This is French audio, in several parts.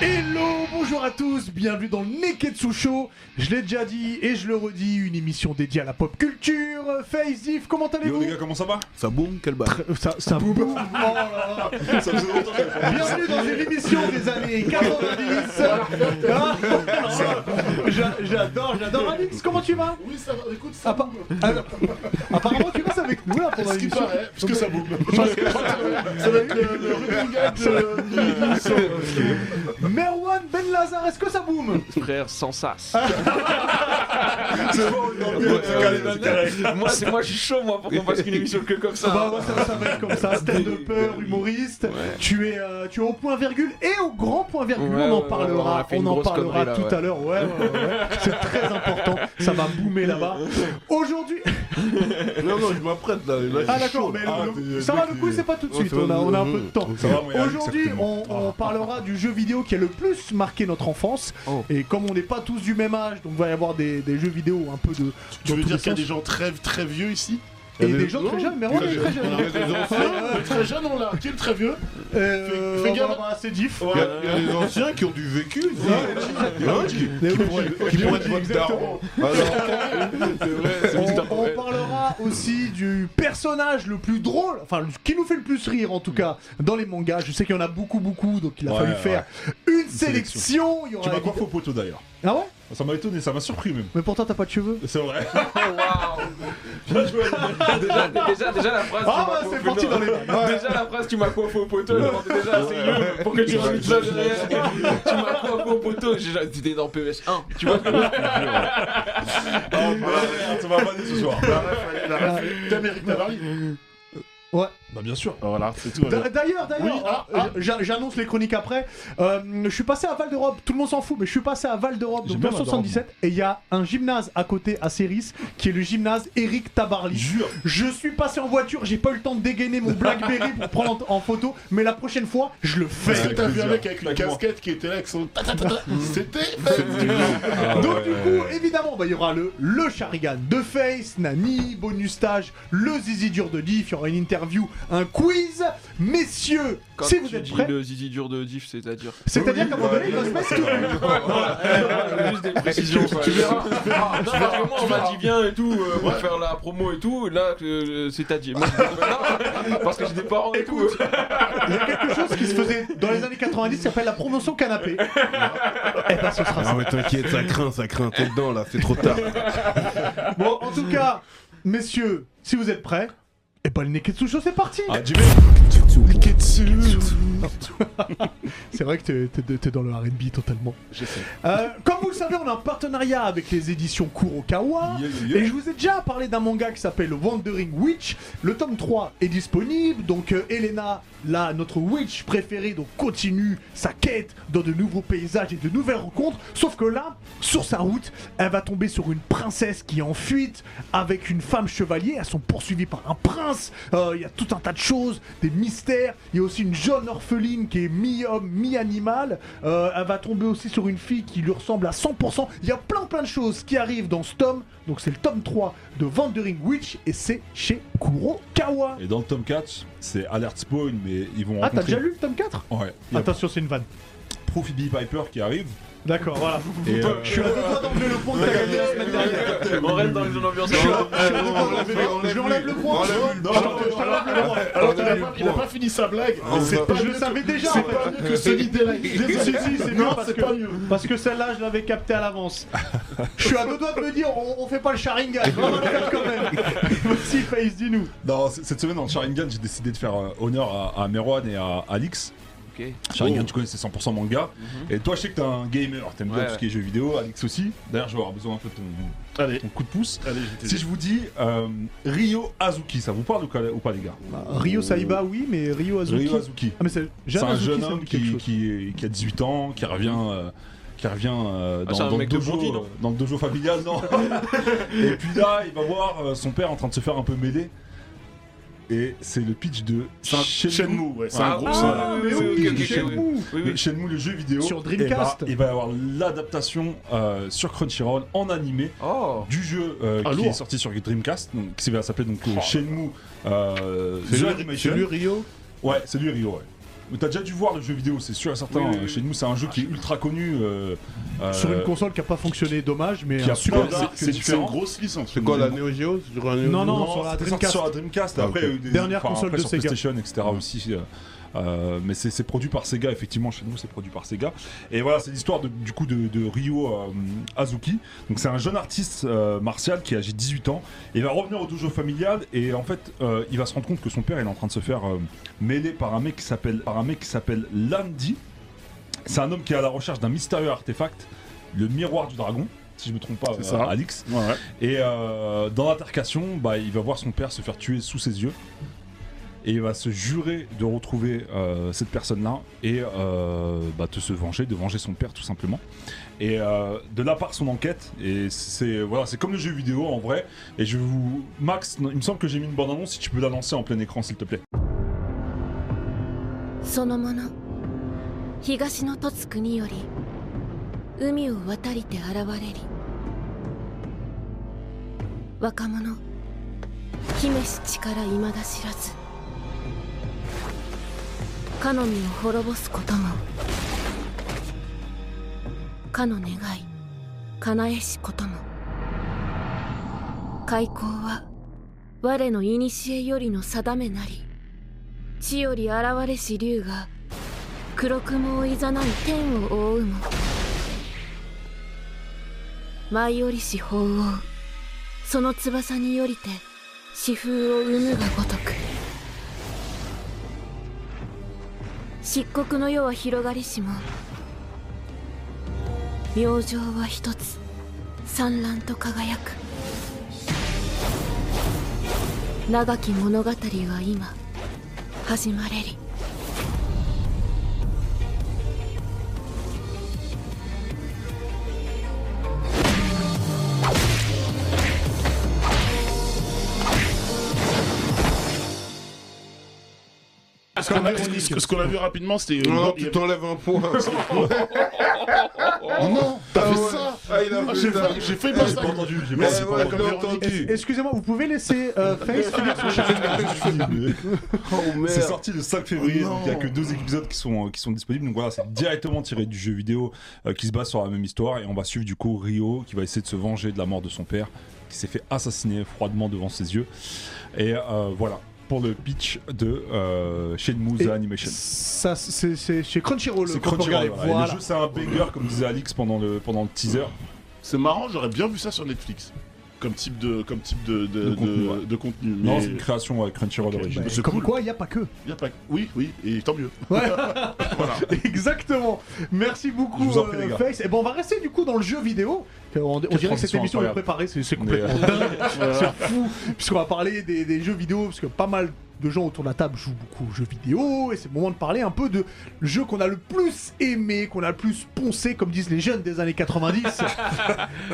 Hello, bonjour à tous, bienvenue dans le Neketsu Show. Je l'ai déjà dit et je le redis, une émission dédiée à la pop culture. Face Diff, comment Yo allez-vous les gars, comment ça va Ça boum, quel balle. Tr- ça, ça boum. Oh là là. Ça faisait longtemps que je Bienvenue dans une émission des années 90. Ah, j'a- j'adore, j'adore. Alex, comment tu vas Oui, ça va, écoute, ça Appa- Alors, Apparemment, tu passes avec nous là pendant Ce qui l'émission. paraît, parce que ça bouge. Ça va être le, le running gag de- de- Merwan Ben Lazar, est-ce que ça boum frère sans sas. C'est bon, non, mais c'est calé, c'est calé. moi, c'est moi, je suis chaud moi pour qu'on fasse une émission que comme ça. Bah, ouais, ça, ça va être comme ça, stand-upper, humoriste. Tu, es, euh, tu es au point virgule et au grand point virgule. Ouais, on en ouais, ouais, on parlera, a fait on, une en grosse parlera connerie, là, tout à l'heure. Ouais, ouais, ouais, ouais. c'est très important. Ça va boomer là-bas. Aujourd'hui, Non, non, je m'apprête là. là ah d'accord, mais le- Ah, le- t'es- ça va t'es- le coup, c'est pas tout de Ouais, suite. ça On va, a, on a un euh, peu de temps. ça va, mais Aujourd'hui, on, exactement. on parlera du jeu vidéo qui a le plus marqué notre enfance. Oh. Et comme on n'est pas tous du même âge, donc il va y avoir des, des jeux vidéo un peu de. Tu dans veux tous les dire qu'il y a sens. des gens très, très vieux ici Et Il y a des des- gens très non, jeunes, mais on est très jeunes. Le très jeune, on l'a. Qui est le très vieux Euh, Fais- fais on va gaffe. avoir assez diff. Il y a- il y a des anciens qui ont du vécu. tu vois. Il y en a qui- Mais Qui oui, pourraient oui, qui oui, pourraient être votre exactement. daron. Ah, non. C'est vrai, c'est Mr. On, on parlera aussi du personnage le plus drôle, enfin le- qui nous fait le plus rire en tout cas dans les mangas. Je sais qu'il y en a beaucoup, beaucoup, donc il a Ouais, fallu ouais. faire une sélection. Il y aura Tu m'as évidemment- coiffé au poteau d'ailleurs. Ah ouais Ça m'a étonné, ça m'a surpris même. Mais pourtant t'as pas de cheveux. C'est vrai. déjà, déjà, déjà la phrase. Ah tu m'as ouais, coiffé- c'est parti non. dans les vannes. Ouais. Déjà la phrase, tu m'as coiffé au poteau. elle demandait déjà assez vieux pour que tu rajoutes ça derrière. tu m'as coiffé au poteau. j'ai déjà- T'étais dans PVS1. Tu vois Ah merde, ça m'a vanné ce soir. D'Amérique Tavaris Ouais. Bah, bien sûr. Voilà, c'est tout. D'a- D'ailleurs, d'ailleurs, Oui, ah, euh, j'a- j'annonce les chroniques après. Euh, je suis passé à Val d'Europe, tout le monde s'en fout, mais je suis passé à Val d'Europe, donc J'aime dans bien le Val d'Europe. 77, et il y a un gymnase à côté à Céris qui est le gymnase Eric Tabarly. Jure. Je suis passé en voiture, j'ai pas eu le temps de dégainer mon Blackberry pour prendre en, en photo, mais la prochaine fois, je le Est-ce fais. que t'as vu plaisir. un mec avec une Avec moi. casquette qui était là avec son ta- ta- ta- ta- C'était Donc du coup, évidemment, bah, il y aura le, le Sharigan de Face, Nani, bonus stage, le Zizi dur de Diff, il y aura une interview, un quiz. Messieurs, si vous êtes prêts, le zizi dur de diff, c'est-à-dire. c'est-à-dire qu'à un moment donné, il va se mettre tout- Juste des précisions. quoi. Eh, Tu verras. Ah, non, parce que moi, on m'a dit bien et tout euh, pour faire la promo et tout. Là, euh, c'est-à-dire. Moi, je dis, bah, non, parce que j'ai des parents et tout. Il y a quelque chose qui se faisait dans les années 90 qui s'appelle la promotion canapé. Eh ben, ce sera ça. Ah Eh, mais t'inquiète, ça craint, ça craint, t'es dedans là, c'est trop tard. Bon, en tout cas, messieurs, si vous êtes prêts, eh ben, le Neketsu Show, c'est parti Ah Jimmy, C'est vrai que t'es- t'es t'es dans le RB totalement. J'essaie. Euh, comme vous le savez, on a un partenariat avec les éditions Kurokawa. Yeah, yeah, yeah. Et je vous ai déjà parlé d'un manga qui s'appelle Wandering Witch. Le tome 3 est disponible. Donc euh, Elena, là, notre witch préférée, donc continue sa quête dans de nouveaux paysages et de nouvelles rencontres. Sauf que là, sur sa route, elle va tomber sur une princesse qui est en fuite avec une femme chevalier. Elles sont poursuivies par un prince. Euh, Il y a tout un tas de choses, des mystères. Il y a aussi une jeune orpheline qui est mi-homme, mi-animal. Euh, elle va tomber aussi sur une fille qui lui ressemble à 100%. Il y a plein plein de choses qui arrivent dans ce tome. Donc c'est le tome 3 de Wandering Witch et c'est chez Kurokawa. Et dans le tome 4, c'est alert spawn, mais ils vont Ah, t'as rencontrer. déjà lu le tome 4 Ouais. Il y a Attention, c'est une vanne. Profi B Piper qui arrive. D'accord, voilà. Et euh, Je suis à deux doigts d'enlever le point que t'as gagné la semaine dernière. On reste dans les ambiances. Je suis à deux doigts d'enlever- Je enlève le point. Je Enlève-lui. t'enlève le point. Alors, il a pas- il a pas fini sa blague. On C'est va- pas Je mieux le savais que- déjà, en C'est fait. pas mieux que celui des likes. Si, si, si, c'est mieux Non, parce c'est que- pas mieux. Parce que celle-là, je l'avais captée à l'avance. Je suis à deux doigts de me dire, on, on fait pas le Sharingan. On va le faire quand même. Vas-y, Face, dis-nous. non, c- cette semaine en Sharingan, j'ai décidé de faire euh, honneur à, à Merwan et à Alix. Ok. Oh. Mhm. Sharingan, tu connais, c'est 100% manga. Et toi, je sais que t'es un gamer, t'aimes bien Ouais, tout ce qui est jeux vidéo, Alix aussi. D'ailleurs, je vais avoir besoin un peu de ton, Allez, ton coup de pouce. allez, je t'ai Si dit. je vous dis euh, Ryo Azuki, ça vous parle ou, ca- ou pas, les gars Rio Saiba, oui, mais Rio Azuki. Ryo Azuki. Ah, mais c'est C'est Jeanne un Azuki, jeune ça me homme dit quelque qui, chose. qui, qui a 18 ans, qui revient, euh, qui revient euh, Ah, c'est dans, un dans le mec de dojo, Bondy, euh, non dans le dojo familial, non Et puis là, il va voir euh, son père en train de se faire un peu mêler. Et c'est le pitch de C'est un Shenmue. Shenmue, ouais, c'est Ah, un gros. oui, c'est un- Ah, oui, mais oui, oui, ok, ok, Shenmue. oui. Oui, Le oui. Shenmue, le jeu vidéo. Sur et Dreamcast. bah, Il va y avoir l'adaptation euh, sur Crunchyroll en animé Oh. du jeu euh, Ah, qui lourd. est sorti sur Dreamcast, donc, qui va s'appeler donc euh, Shenmue euh, The C'est lui- Animation. c'est lui Rio Ouais, c'est lui Rio, ouais. Mais t'as déjà dû voir le jeu vidéo, c'est sûr et certain. Oui, oui, Euh, oui. Chez nous, c'est un jeu qui est ultra connu. euh, euh, Sur une console qui a pas fonctionné, dommage, mais qui un a super. plein C'est- d'arcs C'est c'est une différents. grosse licence. C'est quoi la Neo Geo sur un Neo Non, Geo non, Non, sur la c'était sorti Dreamcast. sur la Dreamcast. Ah, Après, ok. il y a eu des Dernière console après, de sur Sega. PlayStation, etc. aussi. euh, euh, mais c'est c'est produit par Sega, effectivement, chez nous, c'est produit par Sega. Et voilà, c'est l'histoire de- du coup de, de Ryo euh, Azuki. Donc, c'est un jeune artiste euh, martial qui a j'ai 18 ans. Et il va revenir au dojo familial. Et en fait, euh, il va se rendre compte que son père il est en train de se faire euh, mêler par un mec qui s'appelle par un mec qui s'appelle Landy. C'est un homme qui est à la recherche d'un mystérieux artefact, le miroir du dragon. Si je me trompe pas, C'est euh, ça. Alix. Ouais, ouais. Et euh, dans l'intercation, bah, il va voir son père se faire tuer sous ses yeux. Et il va se jurer de retrouver euh, cette personne-là et euh, bah, de se venger, de venger son père tout simplement. Et euh, de là part son enquête. Et c'est voilà, c'est comme le jeu vidéo en vrai. Et je vous Max, il me semble que j'ai mis une bande annonce. Si tu peux la lancer en plein écran, s'il te plaît. そのもの東の十津国より海を渡りて現れり若者姫し力いまだ知らずカノミを滅ぼすこともかの願い叶えしことも開口は我の古よりの定めなり地より現れし竜が黒雲をいざない天を覆うも舞よりし鳳凰その翼によりて死風を生むがごとく漆黒の世は広がりしも明星は一つ産卵と輝く長き物語は今始まれり Ce qu'on a- ce que- ce qu'on a vu rapidement, c'était. euh, Non, non, il y tu avait- t'enlèves un point. Oh non, t'as Ah fait ouais. ça Ah, Eh, il a Ah, fait J'ai ça. failli- j'ai failli pas ça. entendu. J'ai Mais pas, c'est pas ouais, entendu. je l'ai entendu. Excusez-moi, vous pouvez laisser euh, Face finir son chapitre Oh C'est merde. sorti le 5 février, Oh donc il n'y a que deux épisodes qui sont, euh, qui sont disponibles. Donc voilà, c'est directement tiré du jeu vidéo euh, qui se base sur la même histoire. Et on va suivre du coup Rio qui va essayer de se venger de la mort de son père qui s'est fait assassiner froidement devant ses yeux. Et euh, voilà pour le pitch de euh, Shenmue The Et Animation. Ça, c'est c'est chez Crunchyroll. C'est qu'on peut Crunchyroll. regarder. voilà. Et Voilà. Le jeu, c'est un banger, comme disait Alix pendant le, pendant le teaser. C'est marrant, j'aurais bien vu ça sur Netflix. Comme type de, comme type de, de, De contenu, de- ouais. de contenu. Non, mais- c'est une création avec Crunchyroll Ok, d'origine. Bah, c'est comme cool. quoi, il n'y a pas que. y a pas... Oui, oui, et tant mieux. Exactement. Merci beaucoup, Je vous en prie, euh, les gars. Face. Et bon, on va rester du coup dans le jeu vidéo. On, on dirait que cette transition émission est incroyable. préparée, c'est c'est Mais, euh, complètement dingue, c'est fou, puisqu'on va parler des, des jeux vidéo, parce que pas mal de gens autour de la table jouent beaucoup aux jeux vidéo, et c'est le moment de parler un peu de le jeu qu'on a le plus aimé, qu'on a le plus poncé, comme disent les jeunes des années 90. et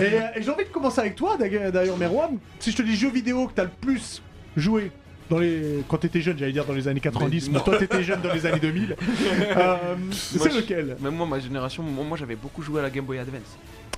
euh, et j'ai envie de commencer avec toi, d'ailleurs, d'ailleurs, Merwan. Si je te dis jeux vidéo que t'as le plus joué dans les... quand t'étais jeune, j'allais dire dans les années 90, mais toi t'étais jeune dans les années 2000, euh, Moi, c'est je- lequel Même moi, ma génération, moi, moi, j'avais beaucoup joué à la Game Boy Advance.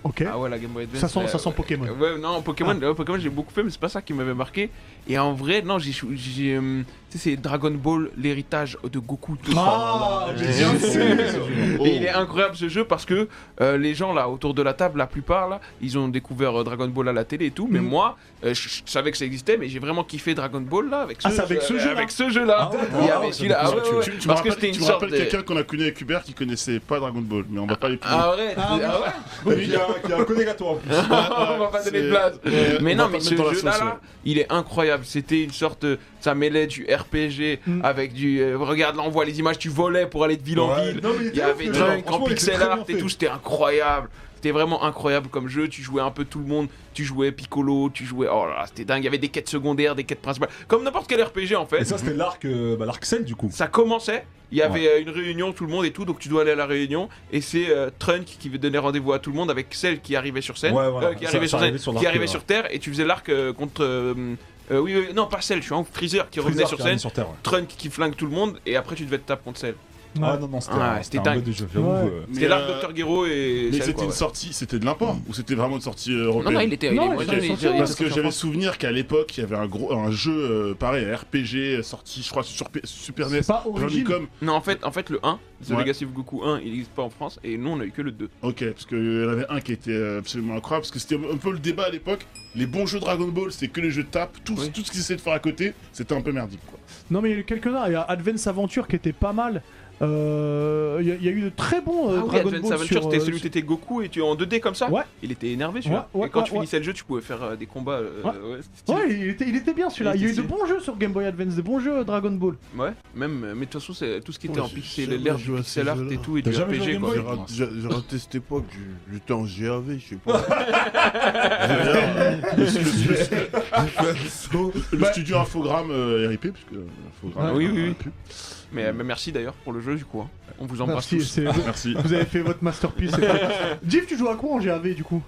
Ok. Ah ouais, la Game Boy Advance. Ça sent- euh, ça sent Pokémon. euh, Ouais, non, Pokémon, euh, Pokémon j'ai beaucoup fait, mais c'est pas ça qui m'avait marqué. Et en vrai, non, j'ai. chou- j'ai, hum, Tu sais, c'est Dragon Ball, l'héritage de Goku. tout Ah, ça. bien sûr. Oh. Et il est incroyable ce jeu parce que euh, les gens là autour de la table, la plupart là, ils ont découvert euh, Dragon Ball à la télé et tout, mais Mm. moi, euh, je je savais que ça existait, mais j'ai vraiment kiffé Dragon Ball là avec ce Ah, c'est avec ce euh, jeu-là avec ce jeu-là. Ah ouais, Et ouais, avec ouais, celui-là. Ah tu- ouais, tu- ouais, Tu, tu parce me que rappelles, c'était une tu me sorte rappelles de. quelqu'un qu'on a connu avec Hubert qui connaissait pas Dragon Ball, mais on va pas les plus Ah ouais, Ah ah ouais. ouais. Et puis, il y a, il y a un collégatoire en plus. on va pas donner de place. Ouais, mais on non, va pas mais le ce mettre dans la jeu-là, sauce, là, il est incroyable. C'était une sorte. Ça mêlait du RPG Mm. avec du. euh, regarde, là, on voit les images, tu volais pour aller de ville en Ouais. ville. Non, mais Il y était avait ouf, des le jeu. trucs en Franchement, il était pixel très bien art et fait. tout, c'était incroyable. C'était vraiment incroyable comme jeu. Tu jouais un peu tout le monde. Tu jouais Piccolo, tu jouais. Oh là là, c'était dingue. Il y avait des quêtes secondaires, des quêtes principales. Comme n'importe quel RPG en fait. Et ça, c'était l'arc euh, bah, l'arc Cell du coup. Ça commençait, il y avait euh, une réunion, tout le monde et tout, donc tu dois aller à la réunion. Et c'est euh, Trunk qui donnait rendez-vous à tout le monde avec celle qui arrivait sur scène, Ouais, voilà. euh, qui Ça- arrivait ça sur arrivait scène, sur qui l'arc, arrivait ouais. sur Terre, et tu faisais l'arc euh, contre. euh, euh, oui, oui, non, pas celle, je suis un ouf, Freezer qui revenait Freezer sur qui scène, sur Terre. ouais. Trunk qui flingue tout le monde, et après tu devais te taper contre celle. Ah non, non, c'était Ah, un- c'était c'était un dingue. mode de jeu. j'avoue, Ouais. euh, C'était Mais, l'arc euh, Dr. Guéraud et. Mais celle, c'était quoi, une ouais. sortie, c'était de l'import ou c'était vraiment une sortie euh, Non, européenne non, il était. Non, il il est- était il sorti, est- ouais. il est Parce sorti que en j'avais France. souvenir qu'à l'époque, il y avait un gros un jeu euh, pareil, un RPG euh, sorti, je crois, sur P- Super E NES. C'est pas Origin. Johnny-Com. Non, en fait, en fait, le 1, The Ouais. Legacy of Goku 1, il n'existe pas en France et nous on a eu que le 2. Ok, parce qu'il y en avait un qui était euh, absolument incroyable, parce que c'était un peu le débat à l'époque. Les bons jeux Dragon Ball, c'était que les jeux de tape, tout, Oui. tout ce qu'ils essayaient de faire à côté, c'était un peu merdique quoi. Non, mais il y a eu quelques-uns. Il y a Advance Adventure qui était pas mal. Euh, Il y, a- il y a eu de très bons euh, Ah oui, Dragon Advance Ball sur, Adventure, c'était euh, celui où sur- t'étais Goku et tu en 2D comme ça Ouais. Il était énervé celui-là. Ouais, ouais, et quand ouais, tu finissais le jeu, tu pouvais faire euh, des combats. euh, Ouais. ouais, c'était stylé. Ouais, il était, il était bien celui-là. Il Il y a eu de était bons jeux sur Game Boy Advance, de bons jeux euh, Dragon Ball. Ouais, même, euh, mais de toute façon, c'est tout ce qui était Ouais, en j'ai pixel, jamais l'air du joué à ces pixel art jeux-là. et tout, et T'as du jamais joué à RPG, Game quoi. Boy J'ai ra- j'ai- j'ai raté cette époque, j'ai- j'étais en GAV, je sais pas. J'ai fait un saut. Le studio Infogramme euh, RIP, puisque Infogramme. Ah oui, euh, oui, oui. RIP. Mais, euh, mais merci d'ailleurs pour le jeu, du coup. hein. On vous embrasse Merci, tous. c'est- vous Merci. vous avez fait votre masterpiece. c'est cool. Jif, tu joues à quoi en GAV du coup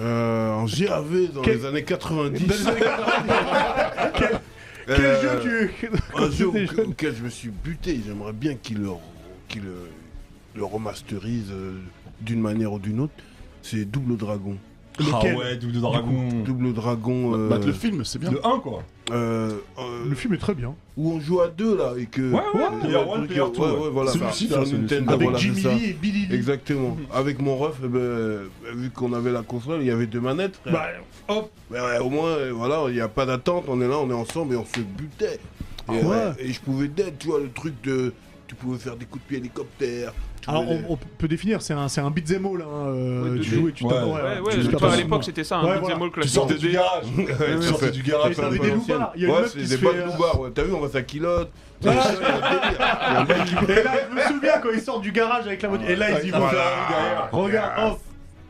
Euh, en GAV dans Quel- les années 90. Dans les années Quel- Quel euh, jeu tu. Un jeu T'es au- jeune. auquel je me suis buté, j'aimerais bien qu'il le, qu'il le- le remasterise euh, d'une manière ou d'une autre, c'est Double Dragon. Ah Lequel ouais, Double Dragon. Double Dragon. euh, Bah, le film, c'est bien. De 1 quoi. euh, euh, Le film est très bien. où on joue à deux là et que. Ouais, ouais, euh, Player One, truc, Player Two, ouais, ouais. ouais, voilà, C'est bah, aussi, sur là, c'est- Nintendo, Ah, Avec voilà, c'est Jimmy euh, ça. Lee et Billy Lee. Exactement. Avec mon ref, eh ben, vu qu'on avait la console, il y avait deux manettes. frère. Bah, hop. Mais ouais, au moins, euh, voilà, il n'y a pas d'attente, on est là, on est ensemble et on se butait. Ah et, ouais. et je pouvais dead, tu vois, le truc de. Tu pouvais faire des coups de pied hélicoptère. tu Alors pouvais- on, on peut définir, c'est un, c'est un beat'em all. Hein, euh, Ouais, tu 2D. joues et tu Ouais. tapes. Ouais, tu ouais, tapes pas à sur- l'époque, c'était ça, un Ouais, beat'em voilà. all Tu classique. sortais du 2D. garage. Tu sortais du Et garage. t'as un des peu. loups. Ancienne. Il y a une ouais, meuf c'est qui des se bacs fait, euh, loubards, ouais. T'as vu, on va sa culotte. Ouais. Ah, Et là, je me souviens quand ils sortent du garage avec la moto. Et là, ils y vont. Voilà. Regarde, hop.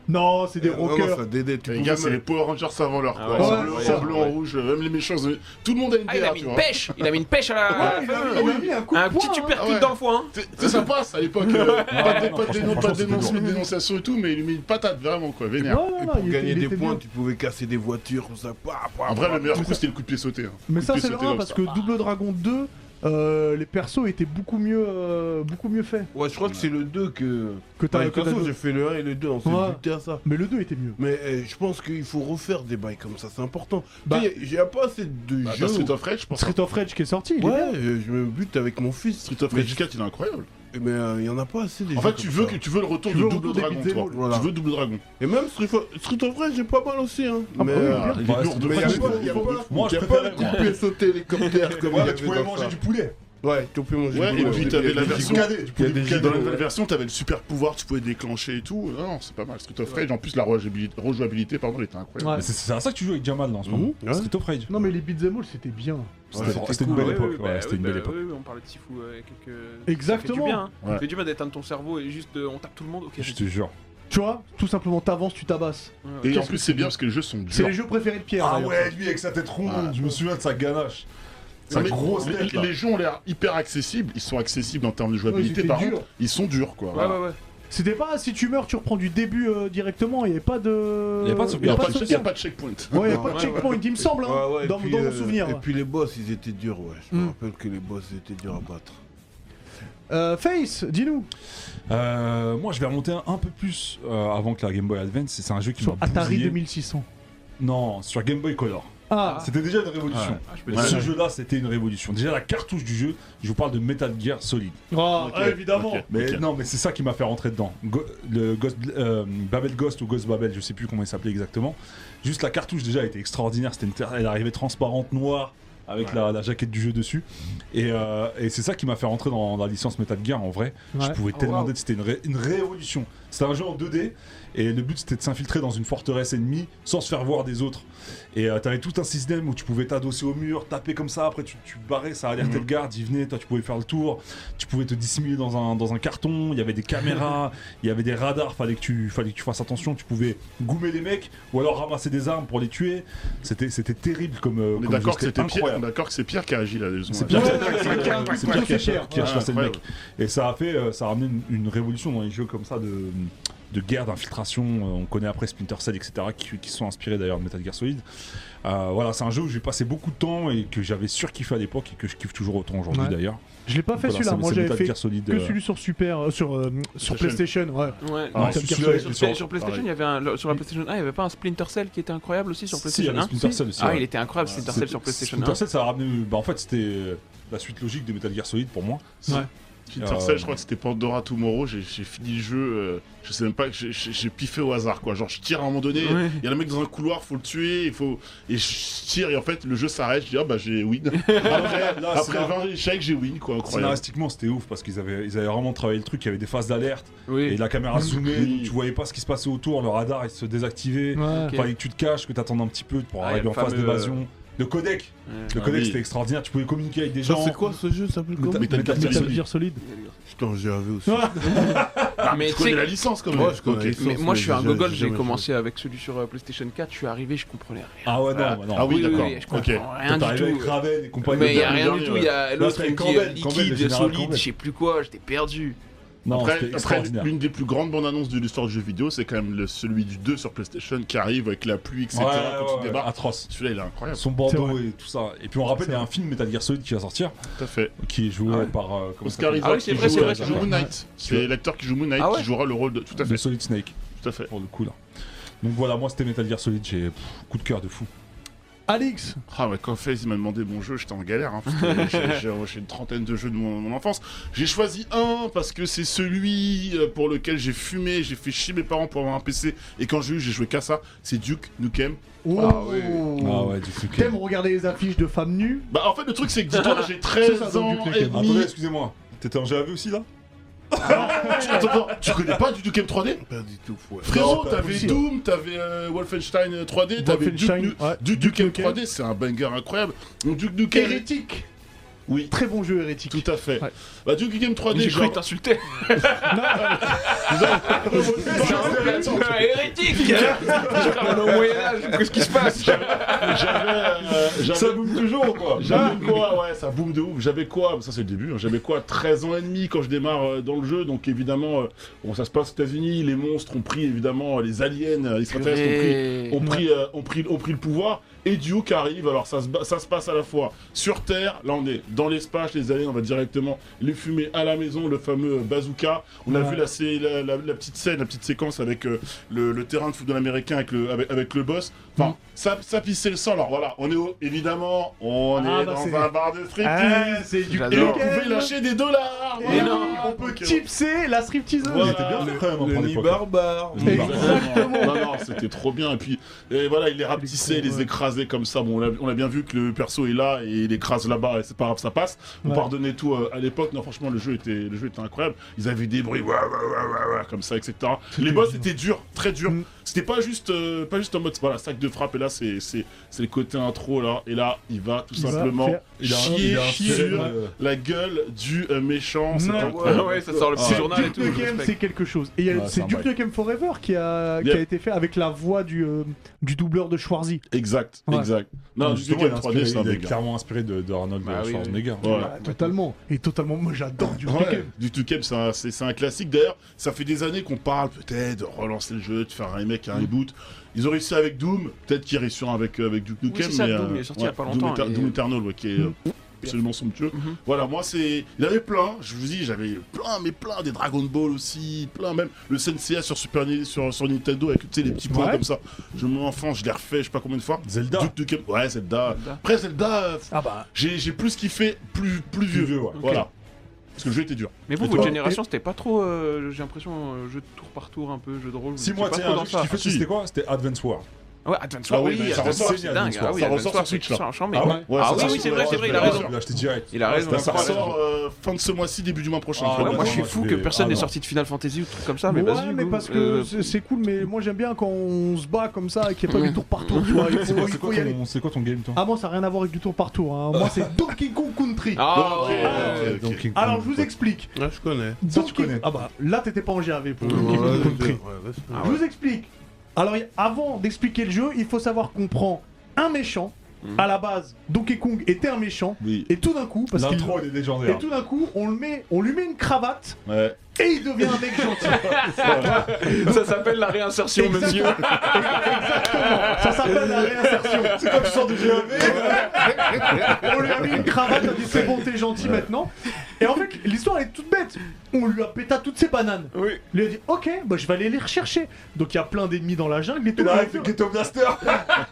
Non, c'est des rockers. Et Les gars, Euh, c'est les Power Rangers avant l'heure, Ah quoi. ouais, C'est ouais, bleu, ouais, c'est ouais. bleu, en rouge, euh, même les méchants, ils- tout le monde a une Ah, il a DA, mis une tu vois. pêche Il a mis mis une pêche à la. Ouais, il a- il a mis un coup de Un petit poing, hein. super Ah ouais. kick dans le foin. hein. C'est- c'est- Ça passe à l'époque, euh, pas de, non, pas de, franchement, dénon- pas de franchement, dénonce- c'était dur. dénonciation et tout, mais il lui met une patate vraiment quoi, Ouais, vénère. non, non, Et pour Ah, il était- gagner il des était points, bien. tu pouvais casser des voitures, comme ça. pa, pa, En vrai, pa. le meilleur coup c'était le coup de pied sauté. hein. Mais Coup de ça, pied c'est le sauté 1 comme parce ça. que Double Dragon 2, euh, les persos étaient beaucoup mieux, euh, beaucoup mieux faits Ouais, je crois que c'est le 2 que. que t'as. Bah, que t'as façon, deux. j'ai fait le 1 et le 2, on s'est Ouais. buté à ça. Mais le 2 était mieux. Mais euh, je pense qu'il faut refaire des bails comme ça, c'est important. Bah- Tu sais, J'ai pas assez de Bah, t'as jeux. Street où- of Rage, je pense. Street of Rage qui est sorti, il est Ouais, bien. euh, je me bute avec mon fils. Street of Mais Rage 4, il est incroyable. Mais il y en a pas assez des En jeux fait, tu comme veux, ça. que, tu veux le retour Tu de veux Double retour des Dragon, beat'em toi. all, voilà. Tu veux Double Dragon. Et même Street of, Street of Rage, j'ai pas mal aussi. Hein. Ah, mais bah oui, euh, bien. Il Ouais, est lourd de mais y a fou. pas- y a Il est pas- lourd de fou. Moi, je y a préfère pas le les coup de pied sauté hélicoptère comme il y Ouais, avait tu pouvais dans manger ça. du poulet. Ouais, tu pouvais manger Ouais, du et poulet. puis Il y t'avais a la des version. cadeaux. cadet, du Il y a poulet des cadet. Dans la nouvelle version, t'avais le super pouvoir, tu pouvais déclencher et tout. Non, non, c'est pas mal. Street of Rage, en plus, la rejouabilité, rejouabilité, pardon, elle était incroyable. Ouais. Mais C'est c'est à ça que tu joues avec Jamal là, en ce moment. Hein Mhm. Ouais. Street of Rage. Non, mais les beat'em all, c'était bien. C'était Ouais, c'était c'était une cool. belle Ouais, époque. ouais, Ouais, bah, c'était oui, une belle bah, époque. oui, oui, on parlait de Sifu avec quelques. Exactement. Ça fait du bien, hein. Ouais. Ça fait du bien d'éteindre ton cerveau et juste euh, on tape tout le monde. Ok. Je te jure. Tu vois, tout simplement, t'avances, tu tabasses. Ouais, ouais. Et en plus, c'est bien parce que les jeux sont C'est durs. les jeux préférés de Pierre. Ah d'ailleurs. ouais, lui avec sa tête ronde, Ah. Ouais. je me souviens de sa ganache. Sa Non, mais grosse les- tête. là. Les jeux ont l'air hyper accessibles, ils sont accessibles en termes de Ouais, jouabilité, c'était par dur. contre, ils sont durs quoi. Ouais, ouais, ouais. C'était pas si tu meurs, tu reprends du début euh, directement, il n'y avait pas de. Il y avait pas de Il n'y a, y pas de de- il y a pas de checkpoint. Ouais, il n'y a pas de Ouais, checkpoint, il me semble, hein, Ouais, ouais, et dans, puis, dans mon euh, souvenir. Et puis les boss, ils étaient durs, ouais. Je me Mm. rappelle que les boss, ils étaient durs à battre. Euh, Face, dis-nous. Euh, moi, je vais remonter un, un peu plus euh, avant que la Game Boy Advance. C'est c'est un jeu qui m'a Sur Atari bousillé. 2600. Non, sur Game Boy Color. Ah, C'était déjà une révolution. Ah, je peux Mais dire. ce jeu-là, c'était une révolution. Déjà, la cartouche du jeu, je vous parle de Metal Gear Solid. ah, Ok, ah, évidemment. ok. Mais non, mais c'est ça qui m'a fait rentrer dedans. Go- le Ghost, euh, Babel Ghost ou Ghost Babel, je sais plus comment il s'appelait exactement. Juste la cartouche déjà était extraordinaire. C'était une ter- elle arrivait transparente noire avec la, la jaquette du jeu dessus. Et, euh, et c'est ça qui m'a fait rentrer dans la licence Metal Gear en vrai. Je Ouais. pouvais tellement d'être, c'était une, ré- une révolution. C'était un jeu en 2D et le but c'était de s'infiltrer dans une forteresse ennemie sans se faire voir des autres. Et euh, t'avais tout un système où tu pouvais t'adosser au mur, taper comme ça, après tu, tu barrais, ça alertait le garde, il venait, toi tu pouvais faire le tour, tu pouvais te dissimuler dans un, dans un carton, il y avait des caméras, il y avait des radars, fallait que tu, fallait que tu fasses attention, tu pouvais goumer les mecs ou alors ramasser des armes pour les tuer. C'était, c'était terrible comme. euh, On est comme jeu, d'accord que c'était Pierre, on est incroyable. d'accord que c'est Pierre qui a agi là. C'est Ouais, Pierre, ouais, c'est Pierre, ouais, ouais, ouais, c'est ouais, Pierre c'est qui a- cher. qui a chassé le Ouais, mec. Et ça a fait, euh, ça a ramené une, une révolution dans les jeux comme ça de, de guerre, d'infiltration. Euh, on connaît après Splinter Cell, etc., qui, qui sont inspirés d'ailleurs de Metal Gear Solid. Euh, voilà, c'est un jeu où j'ai passé beaucoup de temps et que j'avais surkiffé à l'époque et que je kiffe toujours autant aujourd'hui Ouais. d'ailleurs. Je l'ai pas fait Voilà, celui-là, c'est- moi c'est j'avais Metal fait Gear Solid, que euh, celui sur Super, euh, sur, euh, sur PlayStation, PlayStation. ouais. Ouais. Ah, Ouais, celui-là, sur, il est sur- sur- sur PlayStation, pareil. il y avait un, le- sur la PlayStation 1, il y avait pas un Splinter Cell qui était incroyable aussi sur Si, il y PlayStation avait 1. Splinter Cell aussi. Ah, ouais. il était incroyable Splinter Cell sur PlayStation 1. Splinter Cell, ça a ramené. Bah, en fait, c'était euh, la suite logique de Metal Gear Solid pour moi. Splinter Euh, Cell, je crois que c'était Pandora Tomorrow, j'ai j'ai fini le jeu, euh, je sais même pas, j'ai- j'ai j'ai piffé au hasard quoi. Genre je tire à un moment donné, il Ouais. y a le mec dans un couloir, faut le tuer, il faut. Et je tire et en fait le jeu s'arrête, je dis ah bah j'ai win. après Là, Ah, c'est après là- 20 échecs, j'ai win quoi, incroyable. Scénaristiquement, c'était ouf parce qu'ils avaient, ils avaient vraiment travaillé le truc. Il y avait des phases d'alerte et Oui. la caméra zoomait, Oui. donc tu voyais pas ce qui se passait autour, le radar il se désactivait. Ouais. Ok. Fallait que tu te caches, que t'attendes un petit peu pour Ah, arriver le en phase fameux, d'évasion. Le codec, Ouais. le Ah codec oui. c'était extraordinaire. Tu pouvais communiquer avec des Ça, gens. c'est quoi ce jeu Ça s'appelle comment Metal- Metal Gear Metal Solid. Metal Gear Solid. Putain, j'y avais aussi. Ah, Mais mais tu tu connais sais- la licence quand même. Ouais, je connais Ok. la licence. Mais moi je suis un j'ai- gogol, j'ai j'ai jamais commencé avec celui sur euh, PlayStation 4, je suis arrivé, je comprenais rien. Ah ouais, non, Voilà. bah non. Ah oui, d'accord. je comprends Ok. rien T'arrivais du avec tout. Raven et compagnie. Mais il y a le rien dernier, du tout, ouais. il y a l'autre c'est il me dit Campbell, euh, Campbell, le liquide, général solide, Campbell. je sais plus quoi, j'étais perdu. Non, Après, c'était après, extraordinaire. l'une des plus grandes bandes annonces de l'histoire du jeu vidéo, c'est quand même le- celui du 2 sur PlayStation qui arrive avec la pluie, etc. Ouais, quand ouais, tu ouais, débarques. atroce. Celui-là, il est incroyable. Son C'est bandeau et tout ça. Et puis on rappelle, il y a un film Metal Gear Solid qui va sortir, Tout à fait. qui est joué Ah ouais. par euh, comment ça Oscar s'appelle Ah Isaac oui, c'est qui vrai, joue- c'est vrai, qui c'est joue vrai. Moon Knight. C'est l'acteur qui joue Moon Knight Ah ouais qui jouera le rôle de. Tout de à fait. euh, Solid Snake Tout à fait. pour le coup là. Donc voilà, moi c'était Metal Gear Solid, j'ai pff, coup de cœur de fou. Alix, Ah ouais, quand FaZe m'a demandé mon jeu, j'étais en galère. Hein, parce que j'ai- j'ai j'ai une trentaine de jeux de mon, mon enfance. J'ai choisi un parce que c'est celui euh, pour lequel j'ai fumé, j'ai fait chier mes parents pour avoir un PC. Et quand j'ai eu, j'ai joué qu'à ça. C'est Duke Nukem. Oh. oui. Ah ouais, du coup. T'aimes regarder les affiches de femmes nues Bah en fait, le truc, c'est que dis-toi, j'ai C'est 13 ça, donc, ans Duke et Nukem. demi. excusez-moi. T'étais en GAV aussi là Tu- Attends, attends, tu connais pas du Duke M 3D Pas du tout, ouais. Non, Frérot, pas t'avais possible. Doom, t'avais euh, Wolfenstein 3D, t'avais Duke, Wolfenstein, Nu- ouais. du Duke Nukem. Nukem 3D, c'est un banger incroyable. Donc Duke Nukem, Hérétique oui, Très bon jeu, Hérétique. tout à fait. Ouais. Bah Duke Nukem Oh, 3D, J'ai cru genre, que t'insultais. Hérétique Genre, au Moyen-Âge, qu'est-ce qui se passe j'avais, euh, j'avais- Ça bouge toujours quoi j'avais quoi, ouais, ça boum de ouf. J'avais quoi, ça c'est le début, hein, j'avais quoi, 13 ans et demi quand je démarre euh, dans le jeu. Donc évidemment, euh, bon, ça se passe aux États-Unis, les monstres ont pris évidemment, euh, les aliens, euh, les extraterrestres Purée. ont pris ont pris, euh, ont pris, ont pris le pouvoir et Duke arrive. Alors ça se, ba- ça se passe à la fois sur Terre, là on est dans l'espace, les aliens, on va directement les fumer à la maison, le fameux euh, bazooka. On a Ouais. vu la, sé- la, la- la petite scène, la petite séquence avec euh, le, le terrain de football américain avec le, avec, avec le boss. Enfin, Mm. ça, ça pissait le sang. Alors voilà, on est au- évidemment, on Ah, est bah, dans c'est- un bar de Ah, striptease. c'est du et on J'adore. pouvait lâcher des dollars. Et Voilà. non, on peut tipser la stripteaseuse Voilà. C'était bien fait quand même en Le prendre nid l'époque. barbare. Le nid barbare. Exactement. Non, non, c'était trop bien. Et puis, et voilà, il les rapetissait, il ouais. les écrasait comme ça. Bon, on a, on a bien vu que le perso est là et il écrase là-bas et c'est pas grave, ça passe. On Ouais. pardonnait tout euh, à l'époque. Non, franchement, le jeu était, le jeu était incroyable. Ils avaient des bruits, ouah, ouah, ouah, ouah, ouah, comme ça, etc. Les boss étaient durs, très durs. Mm. C'était pas juste, euh, pas juste en mode, voilà, sac de frappe. Et là, c'est, c'est, c'est le côté intro là. Et là, il va tout Il va simplement faire- Il a un- chier il a un sur euh, la gueule du euh, méchant. C'était Non. Ouais, incroyable. ouais, ça sort le Ah. petit C'est journal et Duke tout. je Nukem, c'est respecte. quelque chose. Et il y a- Ouais, c'est c'est un Duke bail. Nukem Forever qui a, qui Yeah. a été fait avec la voix du, euh, du doubleur de Schwarzy. Exact, Ouais. exact. Non, Non, du justement, Duke il, est 3D, c'est un inspiré- il est dégât. clairement inspiré de, de Arnold Bah oui, Schwarzenegger. Voilà. Ah, totalement. Et totalement, moi j'adore Duke Ouais, Nukem. du Tukem, c'est un, c'est- c'est un classique. D'ailleurs, ça fait des années qu'on parle peut-être de relancer le jeu, de faire un remake, Mm. un reboot. Ils ont réussi avec Doom, peut-être qu'ils réussiront avec, euh, avec Duke Nukem. c'est ça, mais, Doom, euh, il est Mm-hmm. sorti il y a pas Doom longtemps, Eter- et- Doom Eternal, ouais, qui est euh, absolument somptueux. Mhm. Voilà, moi, c'est. Il y en avait plein, je vous dis, j'avais plein, mais plein, des Dragon Ball aussi, plein, même le Senseiya sur, Super, Ni- sur, sur Nintendo avec tu sais, les petits points Ouais. comme ça. Je mon enfant, je l'ai refait, je sais pas combien de fois. Zelda. Duke Nukem, ouais, Zelda. Zelda. Après, Zelda, euh, Ah bah, j'ai j'ai plus kiffé, plus, plus vieux. vieux, ouais. Voilà. Parce que le jeu était dur. Mais vous, Et votre toi génération, c'était pas trop, euh, j'ai l'impression, euh, jeu de tour par tour, un peu, jeu de rôle. Si vous moi, étiez tu sais, pas trop un dans jeu qui ça. fait Si. c'était quoi C'était Advance War. Ah Ouais, Advance Ah War, hein, oui, oui, mais ça Advance ressort, War, c'est c'est dingue. Advance Ah War. oui, Ça Advance ressort War, sur Switch, c'est là. en chambre. Ah ouais Ah ça oui, sort oui, sur c'est le vrai, droit, c'est je vrai, il vais a le raison. Je l'ai acheté direct. Il a raison. Ouais, Ça ça Advance War, sort, ressort euh, fin de ce mois-ci, début du mois prochain. Ah je crois. Ouais, moi je suis non, fou je que l'ai- personne ah n'ait non. sorti de Final Fantasy ou truc comme ça, Ah, mais ouais, vas-y. mais go. parce que Euh, c'est- c'est cool, mais moi j'aime bien quand on se bat comme ça et qu'il n'y a pas du tour par tour, tu vois. Il faut, C'est quoi, il c'est faut quoi y aller. ton- c'est quoi ton game, toi Ah, moi ça n'a rien à voir avec du tour par tour. hein. Moi c'est Donkey Kong Country. Ah Ok, ouais. ok, ok. Donkey Kong. Alors je vous explique. Ouais, je connais. Ça, tu Donkey- connais. Ah bah là t'étais pas en GAV pour Ouais, le Donkey Kong ouais, Country. ouais, c'est- Ah Je vous explique. Alors y- avant d'expliquer le jeu, il faut savoir qu'on prend un méchant. Mhm. À la base, Donkey Kong était un méchant. Oui. Et tout d'un coup, parce qu'il L'intro, elle est et légendaire. tout d'un coup, on le met, on lui met une cravate Ouais. et il devient un mec gentil. euh, Ça s'appelle la réinsertion, Exactement. monsieur. Ça s'appelle la réinsertion. C'est comme tu sors de GAV. On lui a mis une cravate, on a dit c'est bon, t'es gentil maintenant. Et en fait, l'histoire elle est toute bête. On lui a pété toutes ses bananes. Oui. Il lui a dit ok, bah, je vais aller les rechercher. Donc il y a plein d'ennemis dans la jungle. Et, tout. Et au fur- Ghetto Blaster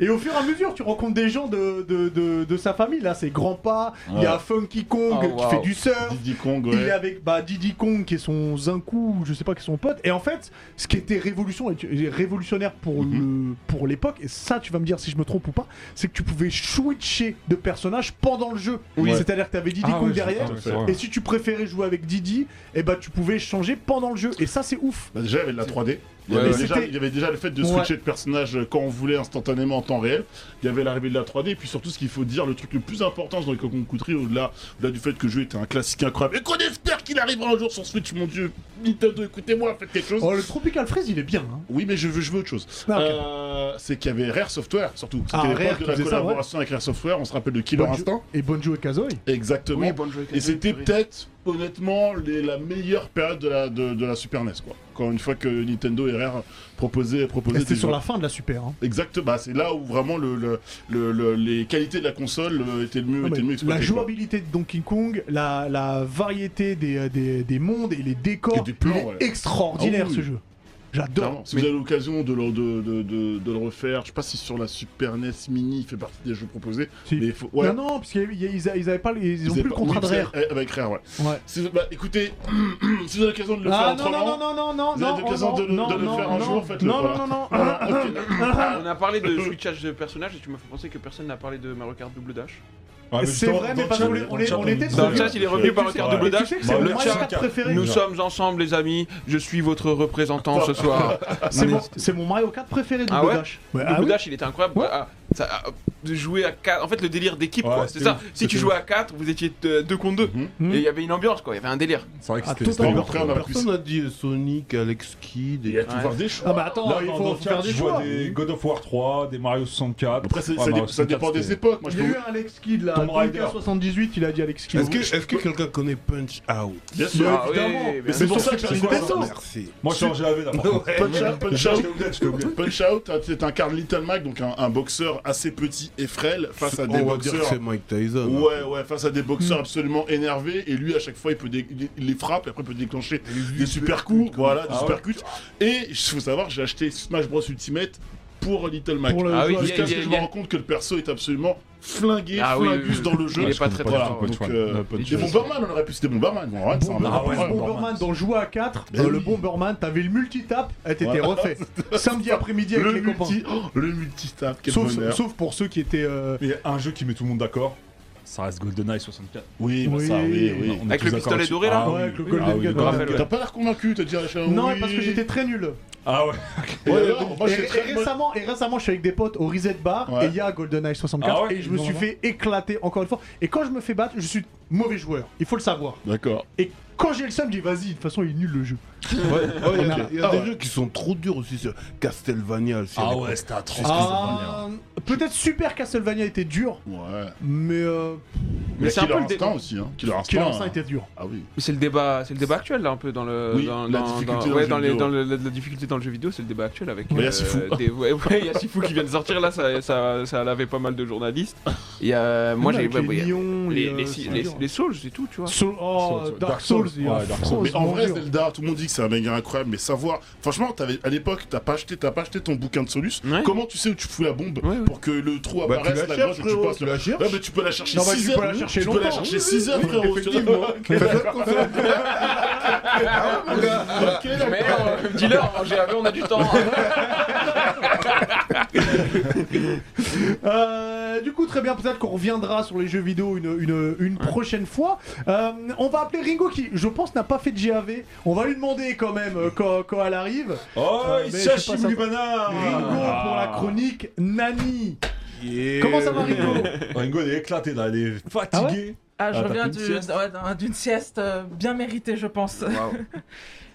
et au fur et à mesure, tu rencontres des gens de, de, de, de sa famille. Là, c'est Grandpa, il y a Funky Ah, Kong Oh, wow. qui fait du surf. Diddy Kong, Il est ouais. avec bah, Diddy Kong qui est son Zinku, je sais pas qui est son pote. Et en fait, ce qui était révolution, et révolutionnaire pour Mhm. le- pour l'époque, et ça tu vas me dire si je me trompe ou pas, c'est que tu pouvais switcher de personnages pendant le jeu. Oui. C'est-à-dire que t'avais Diddy Ah Kong ouais, derrière. c'est ça, c'est vrai. Et si tu préférais jouer avec Diddy, et bah tu pouvais changer pendant le jeu. Et ça c'est ouf. Bah, déjà, il y avait de la 3D. Il y, Ouais, avait ouais. déjà, il y avait déjà le fait de switcher de personnage euh, quand on voulait instantanément en temps réel. Il y avait l'arrivée de la 3D. Et puis surtout, ce qu'il faut dire, le truc le plus important dans les Cocon Coutry, au-delà au-delà du fait que le jeu était un classique incroyable, et qu'on espère qu'il arrivera un jour sur Switch, mon dieu, Nintendo, écoutez-moi, faites quelque chose. Oh, le Tropical Freeze il est bien. hein. Oui, mais je veux, je veux autre chose. Ah, ok. Euh, c'est qu'il y avait Rare Software, surtout. C'était Ah, l'époque Rare de qui la faisait ça, collaboration avec Rare Software, on se rappelle de Killer Bonjour. Instinct. Et Bonjo et Kazooie. Exactement. Oui, bonne jouée. Et c'était peut-être, honnêtement, les- la meilleure période de la, de, de la Super NES, quoi. Quand une fois que Nintendo et Rare proposaient, Et proposaient C'était des sur jeux. la fin de la super. hein. Exact, bah, c'est là où vraiment le, le- le- le- les qualités de la console euh, étaient le mieux, Non, Ah mais étaient le mieux la exploitées. quoi. jouabilité de Donkey Kong, la, la variété des, euh, des, des mondes et les décors, Et des plans, il est ouais. extraordinaire Ah oui. ce jeu. Clairement. J'adore. Si vous avez l'occasion de le, de, de- de- de le refaire, je sais pas si sur la Super NES Mini il fait partie des jeux proposés, Si. mais il faut- ouais, Non, non, parce qu'ils ils a- ils avaient pas, ils ont avaient plus le pas- contrat oui, de Rare. parce que- Avec Rare, ouais. Ouais. Si vous- bah, écoutez, si vous avez l'occasion de le faire Ah non, autrement, non, non, non, non, non, vous avez non, l'occasion non, de le- non, de le non, faire un non, jour, faites-le, Non, voilà. non, non, non. Voilà, ah, ok. On a parlé de switchage de personnages et tu m'as fait penser que personne n'a parlé de Mario Kart double dash. C'est vrai, mais parce qu'on est- on est- on était Dans trop le vieux. chat, il est revenu par le quart double Et tu dash. sais que Bah, c'est le mon Mario chat- Kart préféré. Nous sommes ensemble, les amis. Je suis votre représentant ce soir. Ah, C'est Mais- mon- C'est mon Mario Kart préféré, Ah Double ouais Dash. Ouais, Double ah oui. Dash, il était incroyable. Ouais. Ah, ça, ah, de jouer à 4. En fait, le délire d'équipe, Ouais, quoi. C'est c'était ça. ouf, Si tu c'était jouais à 4, vous étiez 2 contre 2. Mhm. Et il y avait une ambiance, quoi. Il y avait un délire. C'est vrai que Ah, c'était- totalement. c'était Bon, après, on aurait pu- Personne n'a dit euh, Sonic, Alex Kidd. Il Et... y a tout Ouais. faire des choix. Ah bah attends, Là, il dans faut le faut chat, faire des je vois choix. des God of War 3, des Mario 64. Après, c'est- Ouais, bah, ça, dé- Mario ça 64, dépend des c'était- époques. Moi, je Il y a peux eu un Alex Kidd là, Tomb Raider. 78, il a dit Alex Kidd. Est-ce que, est que quelqu'un connaît Punch Out vous- Bien sûr. Ah, évidemment. oui, Mais bien c'est sûr. pour ça que j'ai C'est des quoi, descentes. Merci. Moi, je suis en GAV là. par contre. Punch Out, Punch Out, Punch Out, tu incarnes Little Mac, donc un, un boxeur assez petit et frêle face à des On va dire que boxeurs. c'est Mike Tyson. hein. Ouais, ouais, face à des boxeurs absolument énervés, et lui à chaque fois il peut dé- il- il les frappe, et après il peut déclencher des super coups, voilà, des Ah super ouais. cuts. Et il faut savoir, j'ai acheté Smash Bros Ultimate pour Little Mac. Pour le Ah jeu. oui, il y a- Jusqu'à il ce y que a- je il y me a- rends compte que le perso est absolument flingué, Ah oui, flingus oui, oui. dans le jeu. Il est pas très comprends fort. pas. Voilà, Coach donc One. euh, Nope. des Bomberman, on aurait pu, c'était Bomberman, Bomberman, c'est un Bomberman, Ah ouais, Bomberman. Bomberman dans Jouer à 4, Ben le oui. Bomberman, t'avais le multitap, eh, t'étais Voilà. refait. Samedi après-midi avec Le les copains. multi, oh, le multitap, quel Sauf, bonheur. sauf pour ceux qui étaient. euh, Mais un jeu qui met tout le monde d'accord, ça reste GoldenEye 64. Oui, bah Oui. ça, oui, On oui. est Avec tous le d'accord pistolet là-dessus. doré, là. Ah Ouais, oui. avec le Ah Golden oui, Gun. Golden Rappel, Gun. ouais. T'as pas l'air convaincu, t'as dit à chacun Non, oui. mais parce que j'étais très nul. Ah ouais. Ouais, Et, euh, alors, moi, et- j'étais très et bon- récemment, et récemment, je suis avec des potes au Reset Bar Ouais. et il y a GoldenEye 64 Ah ouais, et je me non, suis non. fait éclater encore une fois. Et quand je me fais battre, je suis mauvais joueur, il faut le savoir. D'accord. Et quand j'ai le seum, je dis vas-y, de toute façon, il est nul le jeu. Ouais, Il y a, Ok. il y a Ah des ouais. jeux qui sont trop durs aussi. c'est Ah, Castlevania aussi. à l'époque. c'était atroce. Ah, Peut-être Super Castlevania était dur, Ouais. mais euh, Mais c'est un Killer peu le dé- Instinct aussi, hein. Killer Instinct. Killer Instinct hein. était dur. Ah oui. Mais c'est le débat, c'est le débat actuel là un peu dans le Oui, dans, la dans- difficulté dans- dans le ouais, jeu dans les- vidéo. dans le- la, la difficulté dans le jeu vidéo, c'est le débat actuel avec. euh, Mais il y a Sifu. des- ouais, ouais, il y a Sifu qui vient de sortir là, ça ça, ça lavait pas mal de journalistes. Et euh, moi j'ai Avec ouais, ouais, les Lions, les, euh, les, c'est les, dur. les Souls et tout, tu vois. Soul- oh, Souls, ouais. Dark Dark Souls, Souls, il est ouais, Dark affreusement Souls. Mais en vrai, dur. Zelda, tout le monde dit que c'est un manga incroyable, mais savoir. Franchement, t'avais- à l'époque, t'as pas acheté, t'as pas acheté ton bouquin de Solus. Ouais. Comment tu sais où tu fous la bombe Ouais, ouais. pour que le trou Bah, tu apparaisse, la la cherches, grotte et que tu frérot, passes tu la cherches. Ouais, mais tu peux la chercher Non, bah, 6 tu heures. peux la chercher tu peux la longtemps. chercher 6 heures, frérot. Effectivement. Mais euh, dis-leur, en GAV on a du temps. hein. Euh, du coup, très bien, peut-être qu'on reviendra sur les jeux vidéo une, une, une prochaine fois. Euh, on va appeler Ringo qui, je pense, n'a pas fait de GAV. On va lui demander quand même euh, quand, quand elle arrive. Oh, Euh, il mais cherche je sais pas, ça- Jim Ah. Gubana Ringo pour la chronique Nani. Yeah. Comment ça va, Ringo Ringo, elle est éclatée là, elle est fatiguée. Ah, je Ah, t'as reviens fait une du- sieste ouais, d'un- d'une sieste euh, bien méritée, je pense.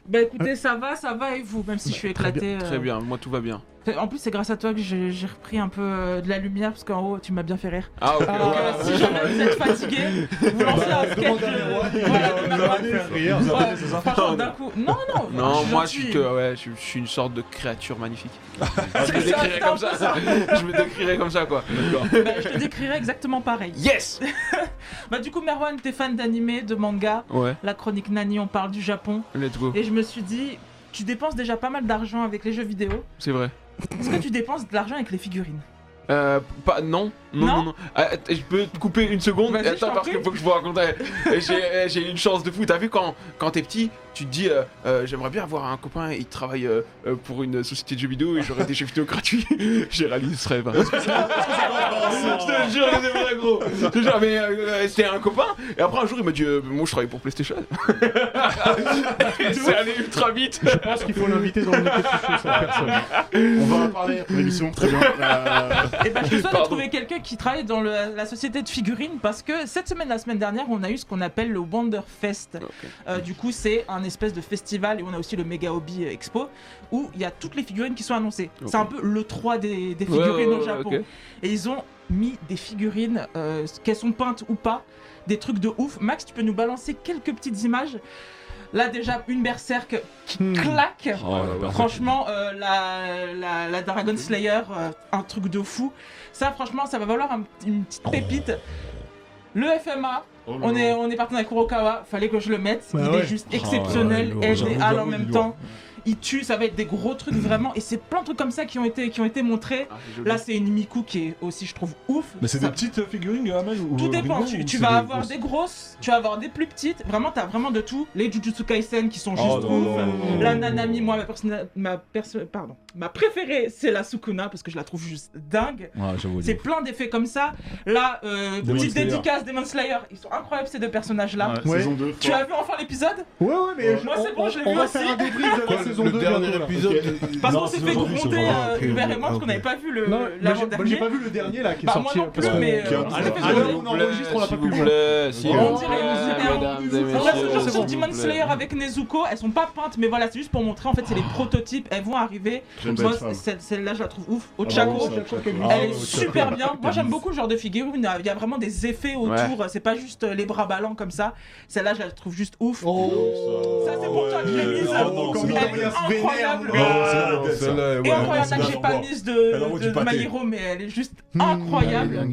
bah écoutez, ça va, ça va, et vous, même si je suis éclatée. Très euh, bien, moi tout va bien. C'est- En plus, c'est grâce à toi que j'ai j'ai repris un peu euh, de la lumière parce qu'en haut, tu m'as bien fait rire. Ah, ok. Donc, euh, si jamais vous êtes fatigué, vous lancez un sketch. Demandez à euh, Erwan, il voilà, va- il demandez- va faire rire. Ouais, franchement, d'un coup. Non, non, Non, moi je gentil. suis que ouais, je, suis- je suis une sorte de créature magnifique. Ah, je me C'est ça, décrirais c'est comme un peu ça. ça. je me décrirais comme ça quoi. Bah, je te décrirais exactement pareil. Yes. Bah, du coup, Merwan, t'es fan d'animé, de manga. Ouais. La chronique Nani, on parle du Japon. Let's go. Et je me suis dit, tu dépenses déjà pas mal d'argent avec les jeux vidéo. C'est vrai. Est-ce que tu dépenses de l'argent avec les figurines Euh, pas, non, non, non, Non non. Ah, att- je peux te couper une seconde. Vas-y, je Attends, t'en parce prie. qu'il faut que je vous raconte. euh, J'ai euh, j'ai eu une chance de fou. T'as vu quand, quand t'es petit, tu te dis euh, euh, j'aimerais bien avoir un copain, il travaille euh, euh, pour une société de jeux vidéo et j'aurais des jeux vidéo gratuits. J'ai réalisé ce rêve. Je te jure que c'est vrai, gros. Je te jure, mais euh, euh, c'était un copain. Et après, un jour, il m'a dit euh, Moi, je travaille pour PlayStation. c'est allé ultra vite. Je pense qu'il faut l'inviter dans une petite chose, cette personne. On va en parler après l'émission. Très bien. Euh, Et bah, je suis Pardon. de trouver quelqu'un qui travaille dans le- la société de figurines parce que cette semaine, la semaine dernière, on a eu ce qu'on appelle le Wonderfest. Euh, du coup, c'est un espèce de festival et on a aussi le Mega Hobby Expo où il y a toutes les figurines qui sont annoncées. C'est un peu le 3 des, des figurines Ouais, ouais, ouais, au Japon. ok. Et ils ont mis des figurines, euh, qu'elles sont peintes ou pas, des trucs de ouf. Max, tu peux nous balancer quelques petites images. Là, déjà, une berserk qui Hmm. claque. Ah Oh, Ah Franchement, euh, la, la, la Dragon Slayer, euh, un truc de fou. Ça, franchement, ça va valoir un- une petite pépite. Le FMA, oh là on là. est, on est parti avec Kurokawa, fallait que je le mette. Bah il ouais. est juste Ah ouais, exceptionnel, lourd. LDA en J'avoue, même il est temps. Il tue, ça va être des gros trucs vraiment. Et c'est plein de trucs comme ça qui ont été, qui ont été montrés. Ah, c'est joli. Là, c'est une Miku qui est aussi, je trouve, ouf. Mais c'est Ça- des petites euh, figurines à main ou Tout euh, dépend, Ringo, tu, ou tu c'est vas avoir grosses des grosses, tu vas avoir des plus petites. Vraiment, t'as vraiment de tout. Les Jujutsu Kaisen qui sont juste Oh, non, ouf. non, non, non. La Nanami, moi, ma, personna- ma, perso- pardon. ma préférée, c'est la Sukuna parce que je la trouve juste dingue. Ah, Ouais, j'avoue. C'est plein d'effets comme ça. Là, euh, Demon petite Slayer. dédicace Demon Slayer. Ils sont incroyables ces deux personnages-là. Ouais, Ouais. Saison 2. Tu as vu enfin l'épisode Ouais, ouais, mais je- Moi, c'est on- bon, on- je l'ai on vu va aussi. faire un débrief de la Quoi, saison le 2 dernier bientôt, là. épisode Parce Non, qu'on s'est c'est fait aujourd'hui, c'est gronder euh, aujourd'hui. Hubert et moi Ah, parce ok. qu'on n'avait pas vu le Non, moi, j'ai- moi, j'ai l'avant-dernier. pas vu le dernier là qui est Bah, moi sorti. non plus, parce que- mais. que- euh, on s'est fait à l'heure gronder. où on enregistre, on l'a pas S'il vous pu plaît, s'il vous On dirait une plaît, vidéo. mesdames et On messieurs, reste toujours s'il sur vous Demon plaît. Slayer avec Nezuko, elles sont pas peintes, mais voilà, c'est juste pour montrer, en fait, c'est les prototypes, elles vont arriver. J'aime Moi, cette femme. celle- celle-là, je la trouve ouf. Ah, Ochako, vraiment, ça, Ochako, ça, Kevin. ça. Ah, elle ouais, est super bien. Moi, j'aime beaucoup le genre de figurine, il y a vraiment des effets autour, c'est pas juste euh, les bras ballants comme ça. Celle-là, je la trouve juste ouf. Oh Ça, c'est pour toi que je l'ai mise. Ah, non, Comme c'est il bon. envoie se vénère, Incroyable. le gars. Ah, Ah, c'est celle-là, Et ouais, encore, il y en a celle-là, que j'ai j'en pas vois. mise Elle envoie de, du de, de pâté. My Hero, mais elle est juste Hmm. incroyable.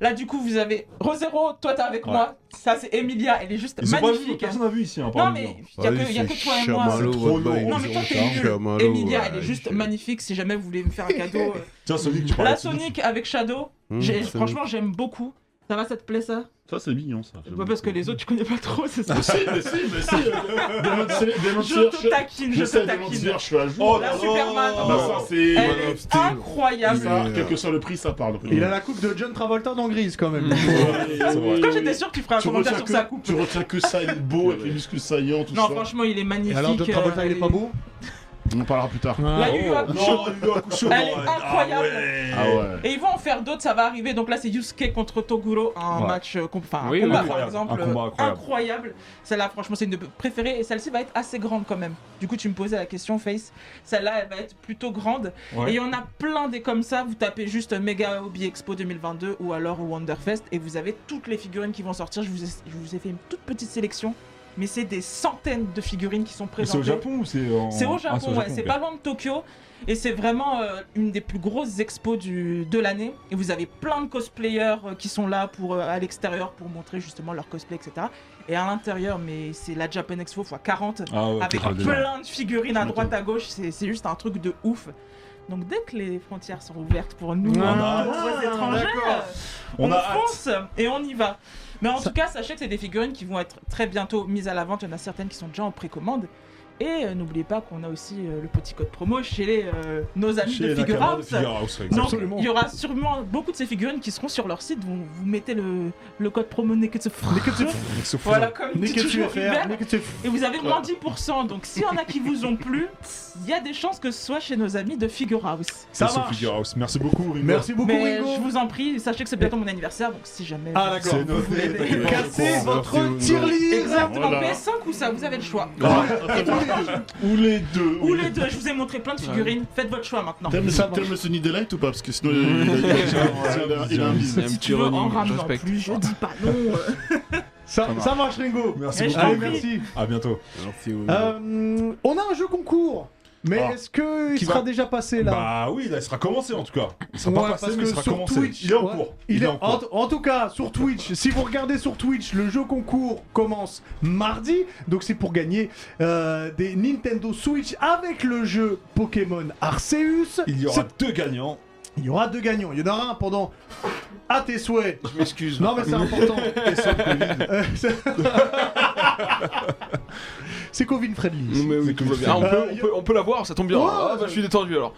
Là, du coup, vous avez Rosero, toi, t'es avec Ouais. moi. Ça, c'est Emilia, elle est juste Ils sont pas vus, magnifique. personne n'a vu ici. hein, Non, parmi mais nous. il Ah y a que, y a que toi et moi. Chamallow, c'est trop Red Bull, Non, mais toi, t'es Zero nul. Chamallow, Emilia, ouais, elle est juste je- magnifique. Si jamais vous voulez me faire un cadeau. Tiens, Sonic, tu euh, La parlais de Sonic avec Shadow, Mmh, j'ai- Sonic. franchement, j'aime beaucoup. Ça va, ça te plaît ça Ça, c'est mignon, ça. Bah, Parce que les autres, tu connais pas trop, c'est ça. Si, mais si, mais si. Demon Slayer, Demon Je Slayer, te taquine, je je sais, te Demon taquine. Eh, Slayer, je suis à Oh jour. La là Superman. Ah, bah, ça, c'est. Elle Man of est Steel. incroyable. Ça, Mais, euh, quel que soit le prix, ça parle. Il a la coupe de John Travolta dans Grise quand même. Quand j'étais sûr que tu ferais un Tu commentaire retiens, sur que, sa coupe. tu retiens que ça, il est beau, avec les muscles saillants, tout Non, ça. franchement, il est Et magnifique. alors John Travolta euh, il est pas beau On en parlera plus tard. La Yu Yu Hakusho. Non, Ludo Hakusho, Elle est non, incroyable. Ah ouais. Et ils vont en faire d'autres, ça va arriver. Donc là, c'est Yusuke contre Toguro, un Ouais. match, euh, com- enfin, un Oui, combat oui, par incroyable. exemple, Un combat euh, incroyable. incroyable. Celle-là, franchement, c'est une de mes préférées. Et celle-ci va être assez grande quand même. Du coup, tu me posais la question, Face. Celle-là, elle va être plutôt grande. Ouais. Et il y en a plein des comme ça. Vous tapez juste Mega Hobby Expo 2022 ou alors Wonderfest et vous avez toutes les figurines qui vont sortir. Je vous ai, je vous ai fait une toute petite sélection, mais c'est des centaines de figurines qui sont Mais C'est présentées. au Japon ou c'est en. C'est au Japon, Ah, ouais, c'est ok. pas loin de Tokyo. Et c'est vraiment euh, une des plus grosses expos du, de l'année. Et vous avez plein de cosplayers euh, qui sont là pour, euh, à l'extérieur pour montrer justement leur cosplay, etc. Et à l'intérieur, mais c'est la Japan Expo x 40 Ah ouais, avec carrément. plein de figurines à droite à gauche. C'est c'est juste un truc de ouf. Donc dès que les frontières sont ouvertes pour nous, euh, Ah, pauvres ah, étrangers, d'accord. On on, a hâte. fonce et on y va. Mais en tout cas, sachez que c'est des figurines qui vont être très bientôt mises à la vente. Il y en a certaines qui sont déjà en précommande. Et euh, n'oubliez pas qu'on a aussi euh, le petit code promo chez les, euh, nos amis Chez de les Figure Nakamas de Arts. Figure House, ouais, Donc, exactement. il y aura sûrement beaucoup de ces figurines qui seront sur leur site. Vous, vous mettez le, le code promo Neketsu. Avec ce Voilà, comme dit Neketsu toujours Hubert. FR, Neketsu F- Et vous avez moins 10%. Donc, s'il y en a qui vous ont plu, il y a des chances que ce soit chez nos amis de Figure House. Ça C'est sur marche. Figure House. Merci beaucoup, Ringo. Merci beaucoup Mais Ringo. je vous en prie, sachez que c'est bientôt mon anniversaire. Donc, si jamais. Ah, vous- d'accord. C'est noté. Cassez Merci, votre Ringo. tirelire Exactement, Voilà. PS5 ou ça, vous avez le choix. Ah, très bien. Ou les deux. Ou les deux, je vous ai montré plein de figurines. Faites votre choix maintenant. T'aimes Ça va. t'aimes ce Nid Delight ou pas Parce que sinon, il a- il a- il a- il a un business. un Si petit tu veux, en running, je ramenant respecte. plus, je dis pas non. euh. Ça, ça marche, Ringo. Merci Eh, je beaucoup. t'en Allez, prie. merci. À bientôt. Ah, Euh, on a un jeu concours. Mais Mmh. Ah. est-ce que il Qui sera va déjà passé là Bah oui, là, il sera commencé en tout cas. Il sera Ouais, pas passé, parce mais il que sera sur commencé. Twitch, il est en ouais, cours. Il est en en, cours. en tout cas, sur Twitch, si vous regardez sur Twitch, le jeu concours commence mardi. Donc c'est pour gagner euh, des Nintendo Switch avec le jeu Pokémon Arceus. Il y aura deux gagnants. C'est- il y aura deux gagnants. Il y en aura un pendant. À tes souhaits. Je m'excuse. Non, mais c'est important. Euh, c'est- c'est Covid friendly. Mais oui, tout va bien. Ah, on, peut, on, peut, on peut la voir, ça tombe bien. Ouais, Ah, bah, je suis détendu alors.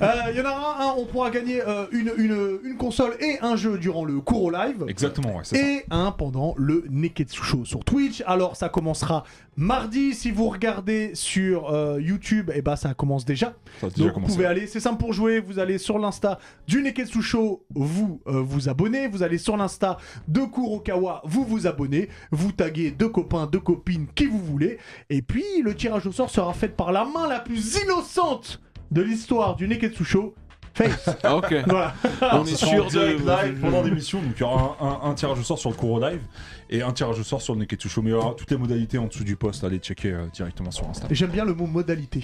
Euh, Il y en aura un, on pourra gagner euh, une, une, une console et un jeu durant le cours au live. Exactement, ouais, c'est ça. et un pendant le Neketsu Show sur Twitch. Alors ça commencera mardi. Si vous regardez sur euh, YouTube, et bah ça commence déjà. Ça a déjà Donc commencé. vous pouvez aller, c'est simple pour jouer. Vous allez sur l'insta du Neketsu Show, vous euh, vous abonnez. Vous allez sur l'insta de Kurokawa, vous vous abonnez. Vous taguez deux copains, deux copines, qui vous voulez. Et puis le tirage au sort sera fait par la main la plus innocente de l'histoire du Neketsu Show. Face. Ah, ok. voilà. on Ce est sera en sûr de. direct live pendant l'émission, donc il y aura un, un- un tirage au sort sur le Kuro Live et un tirage au sort sur le Neketsu Show. Mais il y aura toutes les modalités en dessous du post, allez checker euh, directement sur Insta. J'aime bien le mot modalité.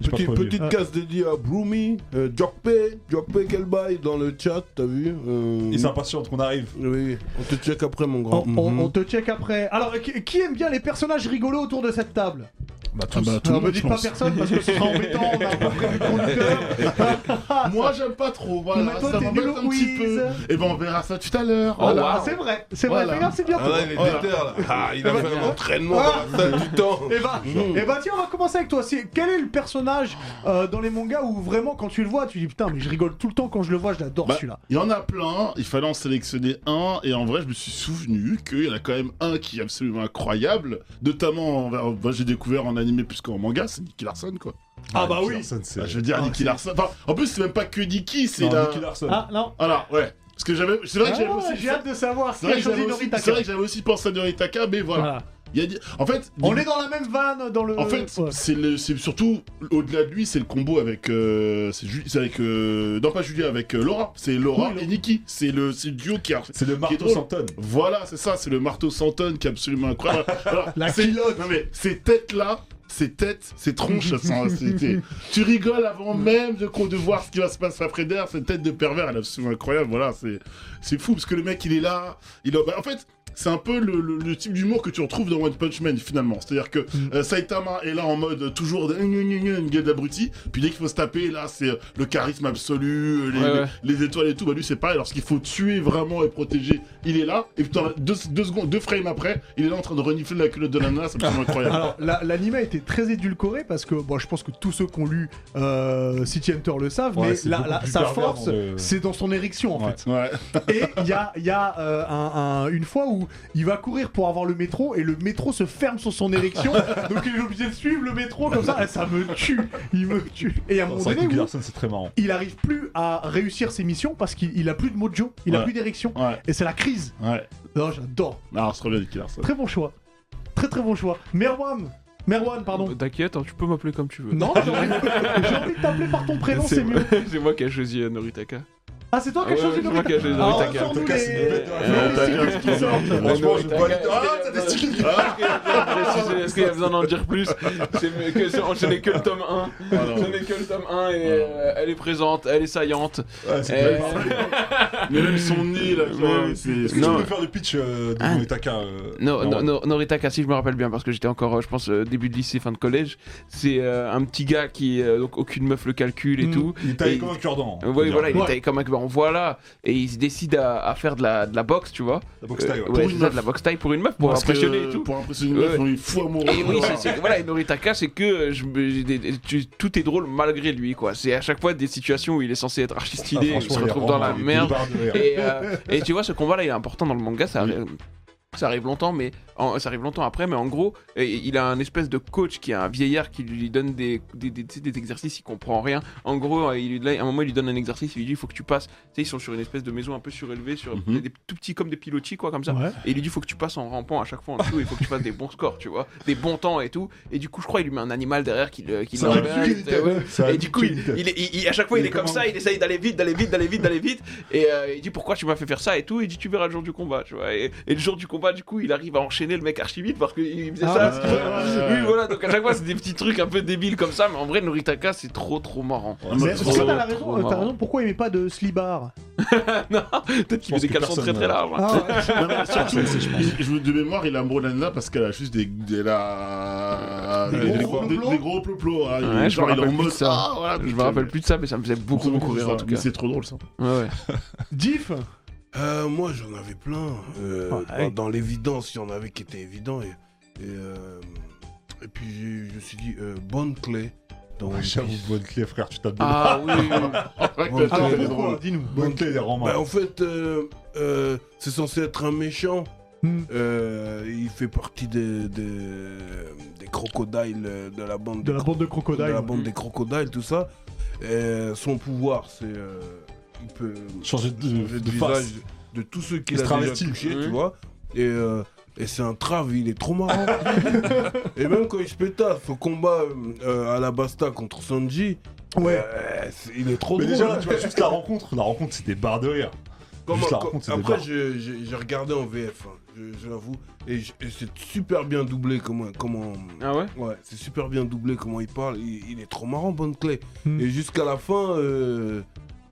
J'ai pas Petite, trop lu. petite casse dédiée à Broomy, euh, Jorpé, Jorpé quel bail dans le chat, t'as vu euh, Ils s'impatientent qu'on arrive. Oui, on te check après mon grand. On, on- mm-hmm. Mhm. on te check après. Alors, qui, qui aime bien les personnages rigolos autour de cette table Bah, Ah tous. bah, tout Ne le me monde, dites je pas pense. personne parce que ce sera embêtant. On a à peu près vu le conducteur. Moi, j'aime pas trop. Mais Voilà, toi, ça t'es m'embête nul au un petit quiz. peu. Et ben, on verra ça tout à l'heure. Oh, Voilà. ah, c'est vrai, c'est Voilà. vrai. Regarde, c'est bien. Ah là, il est Voilà. déter là. Ah, il a fait un entraînement Ah. dans la salle du temps. Et bah, eh bah, tiens, on va commencer avec toi. C'est- Quel est le personnage euh, dans les mangas où vraiment, quand tu le vois, tu dis putain, mais je rigole tout le temps quand je le vois, je l'adore Bah, celui-là. Il y en a plein, il fallait en sélectionner un, et en vrai, je me suis souvenu qu'il y en a quand même un qui est absolument incroyable, notamment, envers- bah, j'ai découvert en animé plus qu'en manga, c'est Nicky Larson, quoi. Ah, bah oui. Larson, c'est- Bah, je veux dire, Nicky Larson. Enfin, en plus, c'est même pas que Nicky, c'est Ah, Non, la. Nicky Larson. Ah non. Voilà, ouais. Parce que j'avais. euh, C'est vrai que j'avais Ah, aussi. J'ai hâte de savoir C'est ce vrai qu'a que choisi j'avais aussi- Noritaka. c'est vrai que j'avais aussi pensé à Noritaka, mais voilà. Voilà. Il y a... En fait, On est dans la même vanne dans le. en fait, Ouais. c'est le- c'est surtout au-delà de lui, c'est le combo avec, euh, c'est Ju- c'est avec, euh, non pas Julia, avec euh, Laura, c'est Laura Oui, Laura. et Nikki, c'est le, c'est le duo qui a. C'est le qui est marteau drôle. sans tonne. Voilà, c'est ça, c'est le marteau sans tonne qui est absolument incroyable. Voilà, La c'est- Non mais ces têtes là, ces têtes, ces tronches, elles sont- c'est- c'est- tu rigoles avant même de, qu'on- de voir ce qui va se passer après derrière. Cette tête de pervers, elle est absolument incroyable. Voilà, c'est c'est fou parce que le mec, il est là, il a- bah, en fait. C'est un peu le, le- le type d'humour que tu retrouves dans One Punch Man finalement. C'est-à-dire que euh, Saitama est là en mode toujours de- une, une, une, une gueule d'abruti, puis dès qu'il faut se taper, là c'est euh, le charisme absolu, euh, les, Ouais, ouais. les- les étoiles et tout. Bah lui c'est pareil, lorsqu'il faut tuer vraiment et protéger, il est là, et putain, deux, deux secondes, deux frames après, il est là en train de renifler la culotte de l'ananas, c'est absolument incroyable. Alors, la- l'anime a été très édulcoré parce que, bon, je pense que tous ceux qui ont lu euh, City Hunter le savent, Ouais, mais c'est la- beaucoup la- plus sa pervers force, dans le- c'est dans son érection en Ouais. fait. Ouais. Et il y a, il y a, euh, un- un- une fois où il va courir pour avoir le métro et le métro se ferme sur son érection, donc il est obligé de suivre le métro comme ça. Ah, ça me tue, il me tue. Et à un Non, moment C'est vrai que donné, Nicky où Larson, c'est très marrant. il arrive plus à réussir ses missions parce qu'il il a plus de mojo, il a Ouais. plus d'érection. Ouais, Et c'est la crise. ouais. Non, j'adore. Non, c'est trop bien Nicky Larson. Très bon choix. Très très bon choix. Merwan. Merwan, pardon. T'inquiète, hein, tu peux m'appeler comme tu veux. Non, j'ai envie, j'ai envie de t'appeler par ton prénom, c'est mieux. C'est moi qui ai choisi euh, Noritaka. Ah, c'est toi qui as Ouais, choisi ouais, le c'est moi qui ai choisi Alors, Noritaka. sors-nous Noritaka, les- c'est une bête de- les Noritaka, secrets qui sortent. Franchement, je Noritaka, valide. Ah, est-ce t'as qu'il y a- des skills Est-ce qu'il y a- Est-ce qu'il y a besoin d'en dire plus C'est mieux que c'est enchaîner que le tome 1. Voilà. J'en ai que le tome 1 et euh, elle est présente, elle est saillante. Ouais, Ah, c'est très Euh, marrant. Mais même son nez là, tu vois, Ouais. c'est. Est-ce que tu non. peux faire le pitch euh, de Ah. Noritaka euh, Non, non, non, Noritaka, si je me rappelle bien, parce que j'étais encore, euh, je pense, euh, début de lycée, fin de collège. C'est euh, un petit gars qui, euh, donc aucune meuf le calcule et Mm. tout. Il est Et- taillé comme un cure-dent. hein, Ouais, faut dire. voilà, il Ouais. était comme un on voit là, et il se décide à, à faire de la, de la boxe, tu vois. La boxe taille, Euh, ouais. ouais, Pour c'est une ça, meuf. de la boxe taille pour une meuf, pour Parce que, impressionner euh, et tout. Pour impressionner une meuf, Ouais. on est fou Et amoureux. oui, c'est- c'est- voilà, et Noritaka, c'est que euh, je me- j'ai des- tu- tout est drôle malgré lui, quoi. C'est à chaque fois des situations où il est censé être archi Ah, stylé, il franchement, se est retrouve dans la vraiment- il est merde. barre de rire. Et, euh, et tu vois, ce combat-là, il est important dans le manga, ça arrive, ça arrive longtemps, mais en- ça arrive longtemps après, mais en gros, et- il a un espèce de coach qui est un vieillard qui lui donne des, des, des- tu sais, des exercices, il comprend rien. En gros, euh, il, lui- là, à un moment, il lui donne un exercice, il lui dit il faut que tu passes. Tu sais, ils sont sur une espèce de maison un peu surélevée, sur Mhm. des, tout petits comme des pilotis, quoi, comme ça. Ouais. Et il lui dit faut que tu passes en rampant à chaque fois en dessous, il faut que tu fasses des bons scores, tu vois, des bons temps et tout. Et du coup, je crois il lui met un animal derrière qui le qui Ça le aurait rebelle, pu, et- ouais. Ça a Et du coup, il, il est- il- il- à chaque fois, il, Il est est comme comment ça, il essaye d'aller vite, d'aller vite, d'aller vite, d'aller vite. Et euh, il dit pourquoi tu m'as fait faire ça et tout. Il dit tu verras le jour du combat, tu vois. Et, et le jour du combat, du coup, il arrive à enchaîner le mec archi vite parce qu'il faisait Ah, ça. parce parce que- oui, voilà. Donc à chaque fois, c'est des petits trucs un peu débiles comme ça. Mais en vrai, Noritaka, c'est trop, trop marrant. Mais c'est est-ce trop- que t'as la trop raison, euh, t'as marrant. raison pourquoi il met pas de slibar non, peut-être qu'il pense faisait que caleçon très, personne, très euh, large. hein. ah, ouais. Non, mais surtout, il- je me- de mémoire, il est amoureux d'Anna parce qu'elle a juste des, des, la... Des des, gros des- plots. des gros plots. hein. Ouais, je me Genre, il est rappelle en plus de mode. ça. Ah, voilà, Je me putain, rappelle mais- plus de ça, mais ça me faisait beaucoup, mais beaucoup rire en tout Mais cas. c'est trop drôle ça. Ouais, ouais. Diff Euh, moi, j'en avais plein. Euh, Ouais. dans- Dans l'évidence, il y en avait qui étaient évidents. Et, et, euh, et puis, j'ai- je me suis dit, euh, bonne clé. Dans One J'avoue, Piece. bonne clé, frère, tu t'as de Ah oui, Ah, oui, oui. Ouais, Ouais, t'as- Alors t'as- des pourquoi Dis-nous. Bonne clé, les romans. Bah, en fait, euh, euh, c'est censé être un méchant. Hmm. Euh, il fait partie des, des- des crocodiles euh, de la bande De la des bande de de la crocodiles. bande Mm. des crocodiles, tout ça. Et son pouvoir, c'est. euh, il peut Changer de, changer de, de face. visage de tous ceux qu'il Il se a déjà travestit. touché, Oui. tu vois. Et, euh, et c'est un trave, il est trop marrant. et même quand il se pétasse, au combat euh, euh, à la Basta contre Sanji, Ouais. euh, c'est- il est trop Mais drôle. hein, déjà, là, tu vois, juste la rencontre. La rencontre, c'était barre de rire. Comment- juste la co- rencontre, c'est des après, barres. je- je- j'ai regardé en VF, hein, je, je l'avoue. Et, je- et c'est super bien doublé comment. comment Ah ouais Ouais, c'est super bien doublé comment il parle. Il, il est trop marrant, Bonne Clé. Hmm. Et jusqu'à la fin, euh,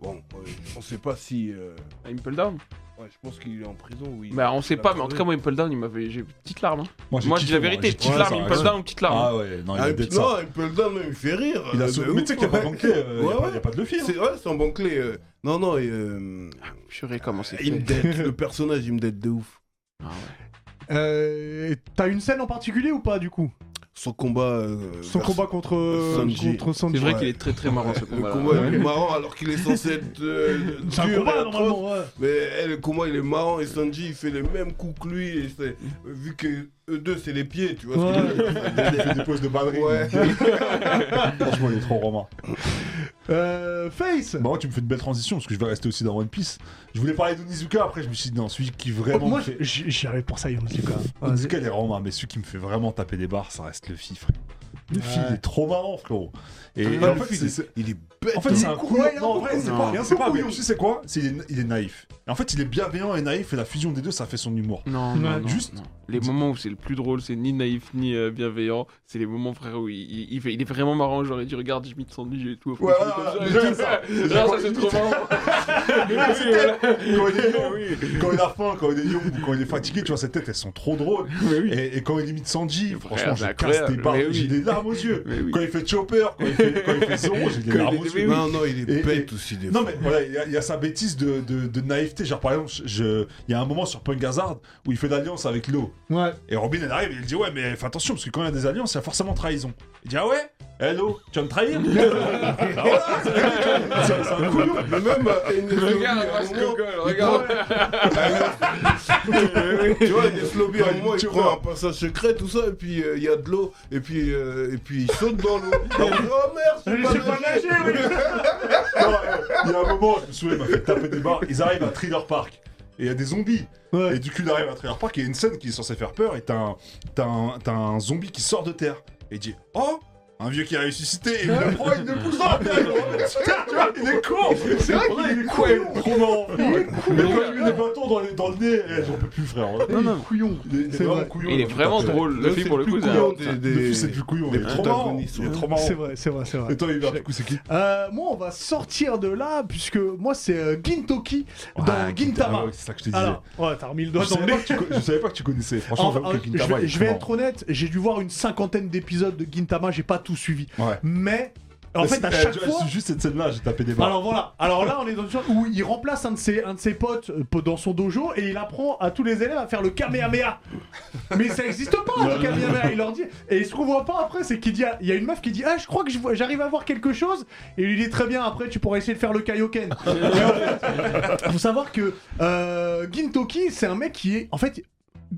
bon, euh, on sait pas si. euh, Impel Down ouais, je pense qu'il est en prison ou il. Bah on sait il a pas, mais en tout crevé. cas, moi, Impel Down, il m'avait. J'ai petite larme. hein. j'ai Moi, je kiffé, dis la vérité, j'ai petite kiffé, larme, ça, Impel ouais. Down, petite larme. Ah ouais, non, il Ah, a et puis bien de non, ça. il peut le donner, il me fait rire. Il a Euh, sauvé- de Mais ouf, tu sais qu'il n'y a pas ouais. de clé, euh, il y a Ouais, pas- il ouais. n'y a pas de le fil. C'est ouais, c'est un bon clé. euh. Non, non, et, euh, Purée, comment c'est Ah, il me Ah, fait. dette. le personnage, il me dette de ouf. Ah ouais. Euh, T'as une scène en particulier ou pas du coup Son combat. euh, Son vers- combat contre euh, Sanji. contre Sanji. C'est vrai Ouais. qu'il est très très marrant ce Le combat. combat il est marrant alors qu'il est censé être euh, C'est un dur et combat atroce. normalement. ouais. Mais eh, le combat il est marrant et Sanji il fait les mêmes coups que lui et c'est- vu que eux deux c'est les pieds tu vois ce que je veux dire, ça Il fait des poses de barre de rire. Ouais. Franchement, il est trop romain. Euh, Face. Bah, ouais, tu me fais une belle transition parce que je vais rester aussi dans One Piece. Je voulais parler d'Onizuka après, je me suis dit non, celui qui vraiment. Moi me fait... j'y j'y arrive pour ça Yann Zuka. Onizuka, il est romain, mais celui qui me fait vraiment taper des barres, ça reste le fi, frère. Le fi, Ouais. il est trop marrant, frérot. Et, Ouais, et le en fait, Fi, c'est- c'est- il est bête en fait, il c'est est un cool, coup. ouais, il est un Non, en peu vrai, c'est cool. pas rien, c'est pas. Non. mais Tu sais quoi C'est- il est- Il est naïf. Et en fait, il est bienveillant et naïf, et la fusion des deux, ça fait son humour. Non, non, Ouais. non, Juste- non. Les moments où c'est le plus drôle, c'est ni naïf ni euh, bienveillant. C'est les moments, frère, où il, il- il fait- il est vraiment marrant. J'aurais dû regarder Jimmy de Sandy et tout. Ouais, Franchement, ouais, comme ouais, ça, déjà, ça. Genre, ça, c'est trop marrant. Oui, voilà. Quand il est young, quand il a faim, quand il est young, ou quand il est fatigué, tu vois, ses têtes, elles sont trop drôles. Mais oui. Et, et quand il imite Sanji, Frère, franchement, c'est je casse des incroyable. barres, Mais oui. j'ai des larmes aux yeux. Mais oui. Quand il fait Chopper, quand il fait, quand il fait Zoro, j'ai des Quand il larmes est- aux mais yeux. oui. non non il est Et- bête aussi des Non fois. mais voilà, il y a- il y, a sa bêtise de, de- de naïveté. Genre par exemple, je- je- il y a un moment sur Punk Hazard où il fait l'alliance avec l'eau. Ouais. Et Robin elle arrive et elle dit ouais mais fais attention parce que quand il y a des alliances, il y a forcément trahison. Il dit ah ouais, hello, tu vas me trahir Ah voilà, c'est- c'est- c'est un couillon. mais même bah, euh, Enies Lobby, Regarde, à un regarde ce moment, gogol, il regarde. prend- tu vois Enies Lobby à un moment Tu il vois. prend un passage secret tout ça et puis euh, il y a de l'eau et puis euh, et puis il saute dans l'eau oh merde je sais pas nager. Non, euh, Il y a un moment, je me souviens, il m'a fait taper des barres. Ils arrivent à Thriller Park. Et il y a des zombies. Ouais. Et du coup, il arrive à Trailer Park, et il y a une scène qui est censée faire peur, et t'as un, t'as un, t'as un zombie qui sort de terre. Et il dit Oh Un vieux qui a ressuscité, et il le prend, il le pousse dans la terre, il le remet sur terre, tu vois, Ah, il est con C'est vrai qu'il est con il est Trop marrant Mais quand il met des bâtons dans, les- dans le nez, eh, j'en peux plus, frère. Non non. Couillon. Il est- il est C'est vraiment vrai. couillon, Il est là, vraiment putain. drôle. Le film, pour le coup, c'est un- des, Le des... fils, c'est plus couillon, il est des trop marrant protagonistes, Il est ouais. trop marrant C'est vrai, c'est vrai, c'est vrai. Et toi, Hubert, du coup, c'est qui Euh, moi, on va sortir de là, puisque moi, c'est euh, Gintoki dans Ah, Ah Ouais, Gintama. C'est ça que je te disais. Alors, ouais, t'as remis le je, doigt dans savais le pas nez. que tu co- je savais pas que tu connaissais. Franchement, Enfin, j'avoue que Ah, je Gintama, vais, il est je vais trop être honnête, j'ai dû voir une cinquantaine d'épisodes de Gintama, j'ai pas tout suivi. marrant. Ouais. Mais, en fait, à Euh, chaque tu vois, fois. Juste cette scène-là, j'ai tapé des barres. Alors voilà, alors là on est dans une sorte où il remplace un de ses, un de ses potes euh, dans son dojo et il apprend à tous les élèves à faire le Kamehameha. Mais ça existe pas le Kamehameha, il leur dit. Et ce qu'on voit pas après, c'est qu'il dit à- il y a une meuf qui dit Ah, je crois que je vois- j'arrive à voir quelque chose. Et il lui dit Très bien, après tu pourras essayer de faire le Kaioken. Mais en fait, faut savoir que euh, Gintoki, c'est un mec qui est. En fait,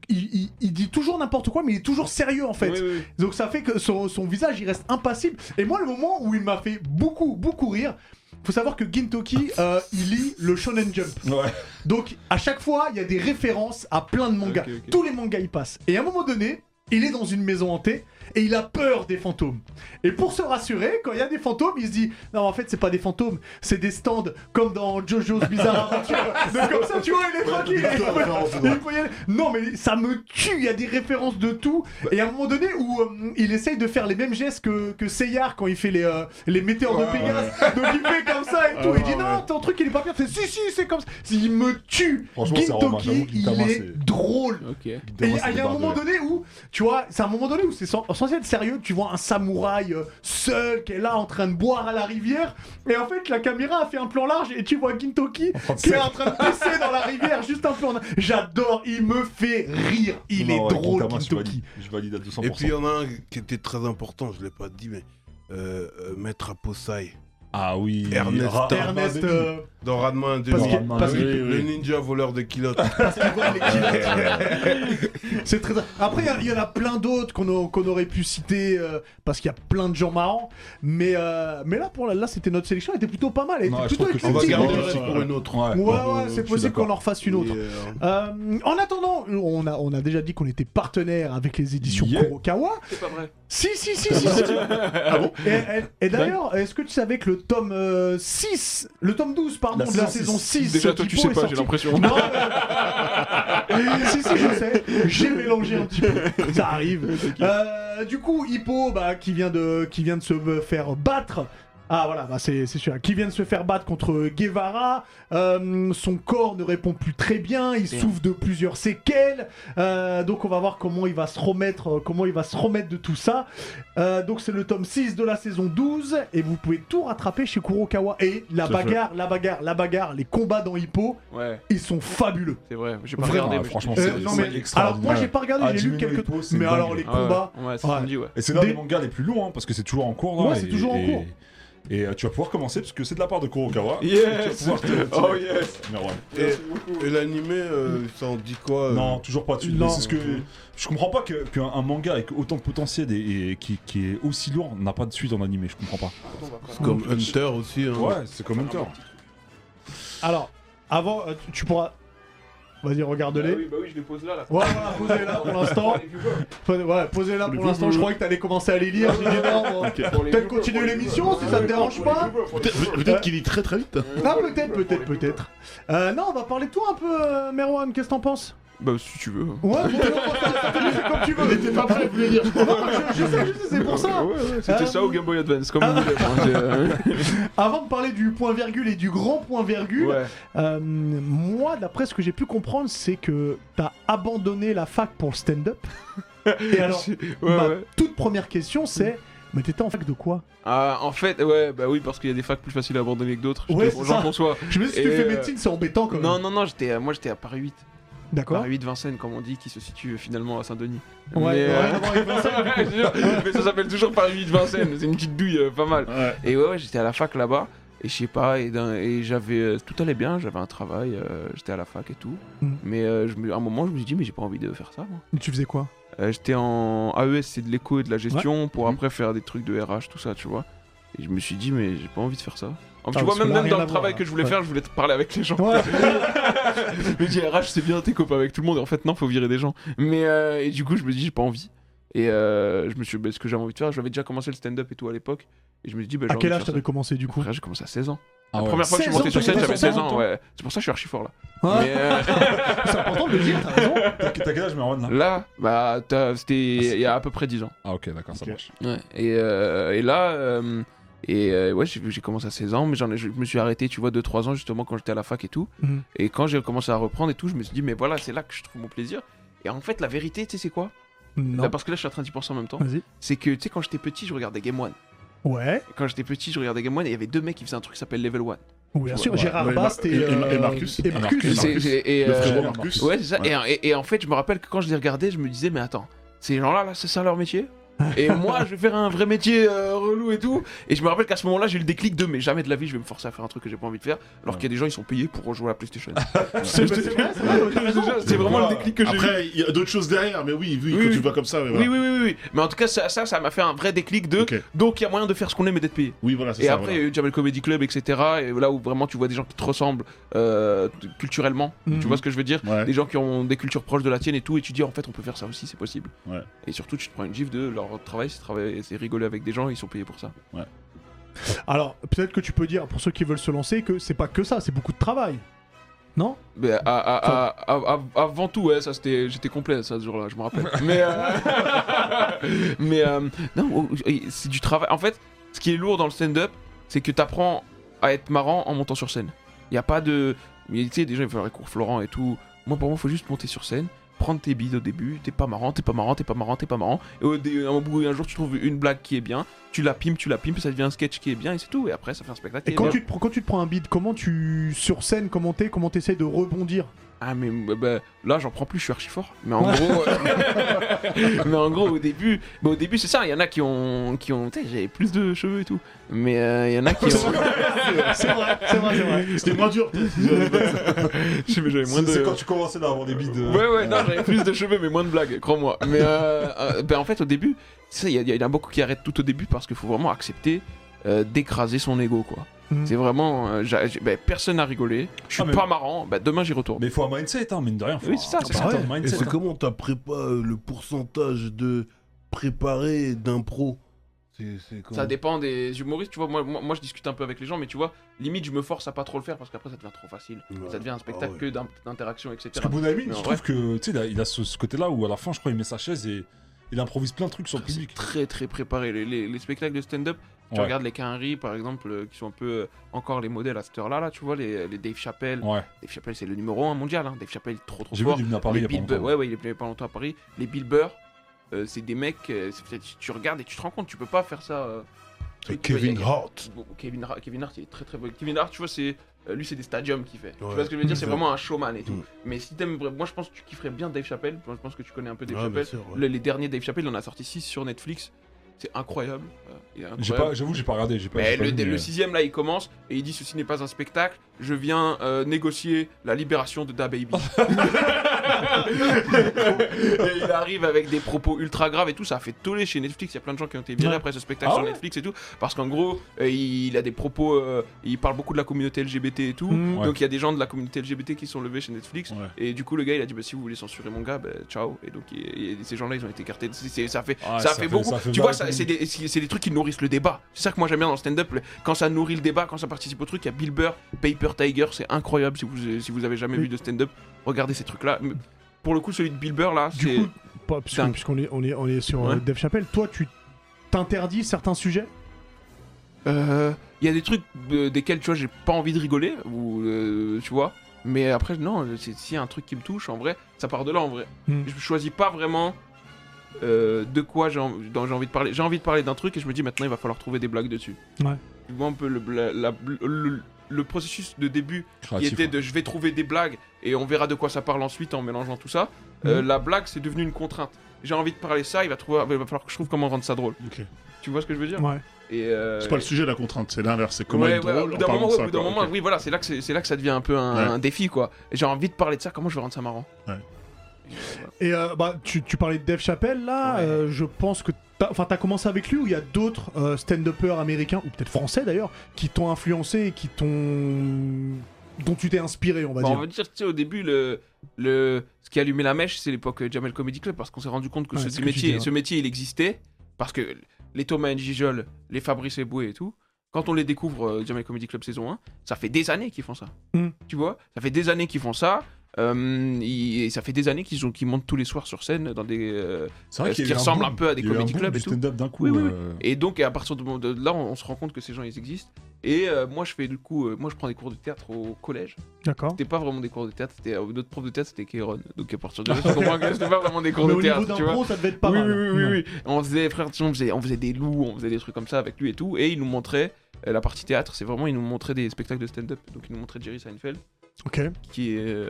il, il- il dit toujours n'importe quoi, mais il est toujours sérieux en fait. Oui, oui, oui. Donc ça fait que son, son visage il reste impassible. Et moi, le moment où il m'a fait beaucoup, beaucoup rire, faut savoir que Gintoki euh, il lit le Shonen Jump. Ouais. Donc à chaque fois, il y a des références à plein de mangas. Ok, ok. Tous les mangas y passent. Et à un moment donné, il est dans une maison hantée et il a peur des fantômes. Et pour se rassurer, quand il y a des fantômes, il se dit non en fait c'est pas des fantômes, c'est des stands comme dans JoJo's Bizarre Adventure. Donc comme ça tu vois il est tranquille. il peut- il peut y aller. Non mais ça me tue, il y a des références de tout. Et à un moment donné où euh, il essaye de faire les mêmes gestes que, que Seyar quand il fait les, euh, les météores de Pégase. Donc il fait comme ça et tout. il dit non ton truc il est pas bien. Il fait si si c'est comme ça. Il me tue. Franchement, c'est Romain, j'avoue, Gintoki il Gintama, est c'est- drôle. Ok. Et il Évidemment, y a- il y a un c'est moment donné où, tu vois, c'est un moment donné où c'est sans, sans être sérieux, tu vois un samouraï euh, seul qui est là en train de boire à la rivière, et en fait la caméra a fait un plan large et tu vois Gintoki qui est en train de pisser dans la rivière, juste un plan. large. J'adore, il me fait rire, il Non, est ouais, drôle Gintama, je Gintoki. valide, je valide à 200%. Et puis il y en a un qui était très important, je ne l'ai pas dit, mais euh, euh, Maître Aposai Ah oui, Ernest. Ra- Ernest, euh, dans Radman 2. parce Dans que- Ranma parce que- deux. Le ninja voleur de kilotes. c'est très. Après, il y a- il y, en a plein d'autres qu'on a- qu'on aurait pu citer euh, parce qu'il y a plein de gens marrants, mais euh, mais là pour la, là c'était notre sélection, elle était plutôt pas mal, elle était Non, je plutôt trouve que c'est- On va éclectique. garder le Ouais. reste pour une autre. Ouais. Ouais, Ouais, ouais, je c'est suis possible d'accord. qu'on en refasse une autre. Et, euh, Euh, en attendant, on a, on a déjà dit qu'on était partenaire avec les éditions Yeah. Kurokawa. C'est pas vrai. Si, si, si, si. si. et et- et d'ailleurs, est-ce que tu savais que le tome euh, 6, le tome 12, pardon, La de la saison saison 6, Déjà, ce toi, tu typo sais est pas, sorti- j'ai l'impression. Non, mais- si, si, je sais. J'ai mélangé un petit peu. Ça arrive. Euh, du coup, Hippo, bah, qui, vient de, qui vient de se faire battre. Ah voilà, bah, c'est c'est sûr. Qui vient de se faire battre contre Guevara. Euh, son corps ne répond plus très bien. Il souffre de plusieurs séquelles. Euh, donc on va voir comment il va se remettre, euh, comment il va se remettre de tout ça. Euh, donc c'est le tome 6 de la saison 12 et vous pouvez tout rattraper chez Kurokawa. Et la Tout à fait. bagarre, la bagarre, la bagarre, les combats dans Hippo, Ouais, ils sont fabuleux. c'est vrai. J'ai pas Vraiment, regardé. Ah, mais franchement, je- Euh, c'est non, mais- c'est Alors moi extraordinaire. j'ai pas regardé, Ah, j'ai lu Jimmy quelques Hippo, c'est mais dingue. alors les Ouais, combats, Ouais, ouais, c'est ce Ouais. qu'on dit, ouais. Et c'est l'un des... Des- mangas les plus longs, hein, parce que c'est toujours en cours. Là, Ouais, c'est et- toujours en et- cours. Et euh, tu vas pouvoir commencer, parce que c'est de la part de Kurokawa. Yes Tu vas pouvoir te- Oh yes Merwan. Et, et l'animé, euh, ça en dit quoi euh, Non, toujours pas. Tu... non. mais C'est ce que je comprends pas que- qu'un un manga avec autant de potentiel et, et qui, qui est aussi lourd n'a pas de suite en animé. Je comprends pas. Comme Hunter aussi. hein. Ouais, c'est comme Hunter. Alors avant euh, tu- tu pourras Vas-y, regarde-les. Ah oui, bah oui, je les pose là, là. Ouais, voilà, posez-la pour l'instant. Ouais, posez-la pour l'instant. Je croyais que t'allais commencer à les lire. J'ai dit non, bon. Peut-être continuer l'émission si ça te dérange pas. Peut-être peut-être qu'il lit très très vite. hein. Ah, peut-être, peut-être, peut-être. Euh, non, on va parler de toi un peu, euh, Merwan. Qu'est-ce que t'en penses Bah si tu veux. Ouais, bon, c'est comme tu veux. T'es pas prêt à voulait dire. Non, je, je sais, je sais, c'est pour ça. Ouais, ouais, C'était Euh, ça au Game Boy Advance, comme vous voulez. moi, j'ai, euh, Avant de parler du point virgule et du grand point virgule, Ouais. euh, moi, d'après ce que j'ai pu comprendre, c'est que t'as abandonné la fac pour le stand-up. Et alors, bah- Ouais, ma ouais. toute première question, c'est mais t'étais en fac de quoi Ah, en fait, ouais, bah oui, parce qu'il y a des facs plus faciles à abandonner que d'autres. Ouais, Je c'est te- J'en ça. conçois. Je me dis, si tu Et, fais euh, médecine, c'est embêtant quand même. Non, non, non, j'étais, euh, moi j'étais à Paris 8. D'accord. Paris 8 Vincennes, comme on dit, qui se situe euh, finalement à Saint-Denis. Ouais, Mais, ouais, euh, d'abord avec Vincent. je te jure, mais ça s'appelle toujours Paris 8 Vincennes. C'est une petite douille euh, pas mal. Ouais. Et ouais, ouais, j'étais à la fac là-bas. Et je sais pas, et, d'un- et j'avais. euh, tout allait bien, j'avais un travail, euh, j'étais à la fac et tout. Mm. Mais euh, je me- à un moment, je me suis dit, mais j'ai pas envie de faire ça, moi. Tu faisais quoi Euh, j'étais en AES, c'est de l'éco et de la gestion, Mhm. pour après faire des trucs de RH, tout ça, tu vois. Et je me suis dit, mais j'ai pas envie de faire ça. En fait, Ah, tu vois, parce que même, là, même rien dans à voir, le hein. travail là. que je voulais Ouais. faire, je voulais te parler avec les gens. Ouais. Mais j'ai RH, c'est bien, t'es copain avec tout le monde. Et en fait, non, faut virer des gens. Mais euh, et du coup, je me dis, j'ai pas envie. Et euh, je me suis dit, bah, ce que j'avais envie de faire, j'avais déjà commencé le stand-up et tout à l'époque. Et je me suis dit, bah, j'ai À envie quel de âge faire t'avais ça. commencé du coup Frère, J'ai commencé à 16 ans. Ah La ouais. première fois que je suis 16 ans, monté sur tu scène, étais j'avais sur 16 ans, toi. ouais. C'est pour ça que je suis archi fort là. Ah, Mais euh, C'est important de le dire, t'as raison. T'as t'as quel âge, Merwan là là, bah, t'as- Ah, c'était il y a à peu près 10 ans. Ah, ok, d'accord, ça marche. Ouais, et, euh, et là, euh, et euh, ouais, j'ai j'ai commencé à 16 ans, mais j'en ai, je me suis arrêté, tu vois, 2-3 ans justement quand j'étais à la fac et tout. Mhm. Et quand j'ai commencé à reprendre et tout, je me suis dit, mais voilà, c'est là que je trouve mon plaisir. Et en fait, la vérité, tu sais, c'est quoi Là, Non. Parce que là, je suis en train d'y penser en même temps. Vas-y. C'est que, tu sais, quand j'étais petit, je regardais Game One. Ouais, Et quand j'étais petit, je regardais Game One et il y avait deux mecs qui faisaient un truc qui s'appelle Level One. oui, bien sûr. Ouais. Gérard Ouais, Bast Mar- et, et- et- euh, et Marcus. Et Marcus. Et Marcus. C'est- c'est- et, Le euh, frérot Marcus. Ouais, c'est ça. Et, et- et en fait, je me rappelle que quand je les regardais, je me disais, mais attends, ces gens-là, là, c'est ça leur métier Et moi, je vais faire un vrai métier euh, relou et tout. Et je me rappelle qu'à ce moment-là, j'ai eu le déclic de mais jamais de la vie, je vais me forcer à faire un truc que j'ai pas envie de faire. Alors qu'il y a des gens, ils sont payés pour rejouer à la PlayStation. C'est C'est vrai, c'est vrai, t'as raison. c'est vraiment le Voilà. déclic que j'ai eu. Après, il y a d'autres choses derrière, mais oui, oui, Oui, quand oui. tu le vois comme ça, mais Oui, voilà. oui, oui, oui, oui. Mais en tout cas, ça, ça, ça m'a fait un vrai déclic de. Ok. Donc, il y a moyen de faire ce qu'on aime et d'être payé. Oui, voilà, c'est Et ça. après, il voilà. y a eu Jamel Comedy Club, etc. Et là où vraiment tu vois des gens qui te ressemblent euh, t- culturellement. Mhm. Tu vois ce que je veux dire Ouais. Des gens qui ont des cultures proches de la tienne et tout. Et tu dis, en fait, on peut faire ça aussi, c'est possible. Ouais. Et surtout, tu te prends une gifle de leur travail, c'est travailler- c'est rigoler avec des gens, ils sont payés pour ça. Alors, peut-être que tu peux dire, pour ceux qui veulent se lancer, que c'est pas que ça, c'est beaucoup de travail. Non Mais à- à- à- à- à- avant tout, ouais, ça c'était, j'étais complet ça ce jour-là, je me rappelle. Mais, euh, mais euh, non, oh, c'est du travail. En fait, ce qui est lourd dans le stand-up, c'est que t'apprends à être marrant en montant sur scène. Il y a pas de, mais tu sais, déjà il faut les cours Florent et tout. Moi, pour moi, faut juste monter sur scène, prendre tes bides au début. T'es pas marrant, t'es pas marrant, t'es pas marrant, t'es pas marrant. Et au, dé- au bout un jour, tu trouves une blague qui est bien, tu la pimes, tu la pimes, ça devient un sketch qui est bien et c'est tout. Et ben- après, ça fait un spectacle. Et qui est quand bien. tu, te prends- quand tu te prends un bid, comment tu. sur scène, comment t'es, comment t'essayes de rebondir Ah mais bah, bah, là j'en prends plus, je suis archi fort. Mais en gros, euh, mais en gros au début, bah, au début c'est ça. Il y en a qui ont, qui ont, tu sais, j'avais plus de cheveux et tout. Mais euh, il y en a qui ont, euh, C'est vrai, c'est vrai, c'est vrai. C'était moins dur. je sais, mais j'avais moins C'est c'est de. quand tu commençais d'avoir des bides. euh, Ouais ouais, non j'avais plus de cheveux mais moins de blagues, crois-moi. Mais euh, euh, bah, en fait au début, ça il y, a- il y en a beaucoup qui arrêtent tout au début parce qu'il faut vraiment accepter euh, d'écraser son ego quoi. Mhm. C'est vraiment, euh, j'a- j'ai- bah, personne n'a rigolé. Je suis Ah, mais- pas marrant. Bah demain j'y retourne. Mais il faut un mindset, hein, mine de rien. faut Oui, un- c'est ça, c'est un ça. certain Et mindset. hein. c'est comment t'as préparé le pourcentage de préparé d'impro C'est c'est comment Ça dépend des humoristes, tu vois. Moi, moi, moi, je discute un peu avec les gens, mais tu vois, limite, je me force à pas trop le faire parce qu'après, ça devient trop facile. Ouais. Ça devient un spectacle Ah ouais. que d'in- d'interaction, etc. Parce que Bonami, Mais en je vrai- trouve que, tu sais, il a- il a ce ce côté-là où à la fin, je crois, il met sa chaise et il improvise plein de trucs sur le C'est public. très très préparé. Les, les- les spectacles de stand-up, tu Ouais. regardes les Quinry par exemple, euh, qui sont un peu euh, encore les modèles à cette heure-là, là, tu vois, les, les Dave Chappelle. Ouais, Dave Chappelle, c'est le numéro 1 mondial. Hein. Dave Chappelle, trop trop j'ai vu, fort. il est venu à Paris il y les a pas Bill Burr, longtemps. ouais, ouais, il est venu il y a pas longtemps à Paris. Les Bill Burr, euh, c'est des mecs, euh, c'est- tu- tu regardes et tu te rends compte, tu peux pas faire ça. euh, C'est tu vois, il y a- Kevin Hart. Bon, Kevin, Hart- Kevin Hart, il est très très bon. Kevin Hart, tu vois, c'est euh, lui, c'est des stadiums qu'il fait. Tu Ouais. vois ce que je veux dire C'est Mhm. vraiment un showman et tout. Mhm. Mais si t'aimes, bref, moi, je pense que tu kifferais bien Dave Chappelle. Moi, Je pense que tu connais un peu Dave Ouais, bien Chappelle. sûr, ouais. Le- les derniers Dave Chappelle, il en a sorti 6 sur Netflix. C'est incroyable. Euh, il est J'ai incroyable. pas- J'avoue, j'ai pas regardé. j'ai pas- Mais j'ai pas le, vu, euh, le sixième là il commence et il dit ceci n'est pas un spectacle, je viens euh, négocier la libération de Da Baby. et il arrive avec des propos ultra graves et tout, ça a fait toller chez Netflix, il y a plein de gens qui ont été virés Ouais. après ce spectacle Ah sur ouais Netflix et tout, parce qu'en gros euh, il a des propos, euh, il parle beaucoup de la communauté LGBT et tout, Mm. donc il y a des gens de la communauté LGBT qui sont levés chez Netflix Ouais. et du coup le gars il a dit bah, si vous voulez censurer mon gars, bah, ciao et donc et- et ces gens là ils ont été écartés, C'est- c'est- ça a fait Ah, ça, ça fait fait- beaucoup. ça fait tu vois, mal. ça- c'est des, c'est- c'est des trucs qui nourrissent le débat. C'est ça que moi j'aime bien dans le stand-up. le- Quand ça nourrit le débat, quand ça participe au truc, il y a Bill Burr, Paper Tiger, c'est incroyable. Si vous, si vous avez jamais vu de stand-up, regardez ces trucs-là. Mais Pour le coup, celui de Bill Burr là, Du c'est. coup, pas- puisque- dingue. puisqu'on est, on est, on est sur Ouais. euh, Dave Chappelle, toi, tu t'interdis certains sujets euh, Il y a des trucs de- desquels tu vois, j'ai pas envie de rigoler, ou euh, tu vois. Mais après, non, c'est- s'il y a un truc qui me touche, en vrai, ça part de là en vrai. Hmm. Je choisis pas vraiment. euh, de quoi j'ai en- dont j'ai envie de parler J'ai envie de parler d'un truc et je me dis maintenant il va falloir trouver des blagues dessus. Ouais. Tu vois un peu le, bla- la- le- le processus de début qui Ah, Créatif, était ouais. de je vais trouver des blagues et on verra de quoi ça parle ensuite en mélangeant tout ça. Euh, Hmm. la blague, c'est devenu une contrainte. J'ai envie de parler ça, il va, trouver, il va falloir que je trouve comment rendre ça drôle. Ok. Tu vois ce que je veux dire Ouais. Et, euh, C'est pas le sujet, la contrainte, c'est l'inverse. C'est comment ouais, être ouais, au drôle bout en d'un moment, parlant de ouais, ça. au bout d'un quoi. moment, Ok. oui, voilà, c'est là que c'est c'est là que ça devient un peu un, Ouais. un défi quoi. Et J'ai envie de parler de ça, comment je vais rendre ça marrant Ouais. Et, euh, voilà. Et euh, bah, tu, tu parlais de Dave Chappelle, là, Ouais. euh, je pense que t'as enfin, t'as commencé avec lui ou il y a d'autres euh, stand-uppers américains, ou peut-être français d'ailleurs, qui t'ont influencé et qui t'ont... dont tu t'es inspiré, on va Bah, dire. on va dire, tu sais, au début, le, le, ce qui allumait la mèche, c'est l'époque euh, Jamel Comedy Club, parce qu'on s'est rendu compte que Ouais, ce, c'est ce que tu métier, dis, ouais. ce métier, il existait, parce que les Thomas N. Gijol, les Fabrice Eboué et tout, quand on les découvre, euh, Jamel Comedy Club saison 1, ça fait des années qu'ils font ça. Hmm. Mm. Tu vois Ça fait des années qu'ils font ça. euh, ils- et ça fait des années qu'ils ont- qu'ils montent tous les soirs sur scène dans des euh, C'est euh, ce qu'il y qui a eu un ressemble boom. un peu à des Il y a eu un comedy boom club du et tout. stand-up d'un coup. Oui, oui, oui. euh, Et donc, à partir de, de là, on, on se rend compte que ces gens, ils existent. Et euh, moi, je fais du coup, euh, moi, je prends des cours de théâtre au collège. D'accord. C'était pas vraiment des cours de théâtre, c'était euh, notre prof de théâtre c'était Kéron. Donc à partir de là, tu comprends que c'était pas vraiment des cours Mais de au niveau théâtre, tu vois. d'impro, ça devait être pas oui, mal. oui, oui, oui, oui. On faisait, frère, tu sais, on faisait, on faisait des loups, on faisait des trucs comme ça avec lui et tout. Et il nous montrait euh, la partie théâtre, c'est vraiment, il nous montrait des spectacles de stand-up. Donc il nous montrait Jerry Seinfeld, Ok, qui est. euh,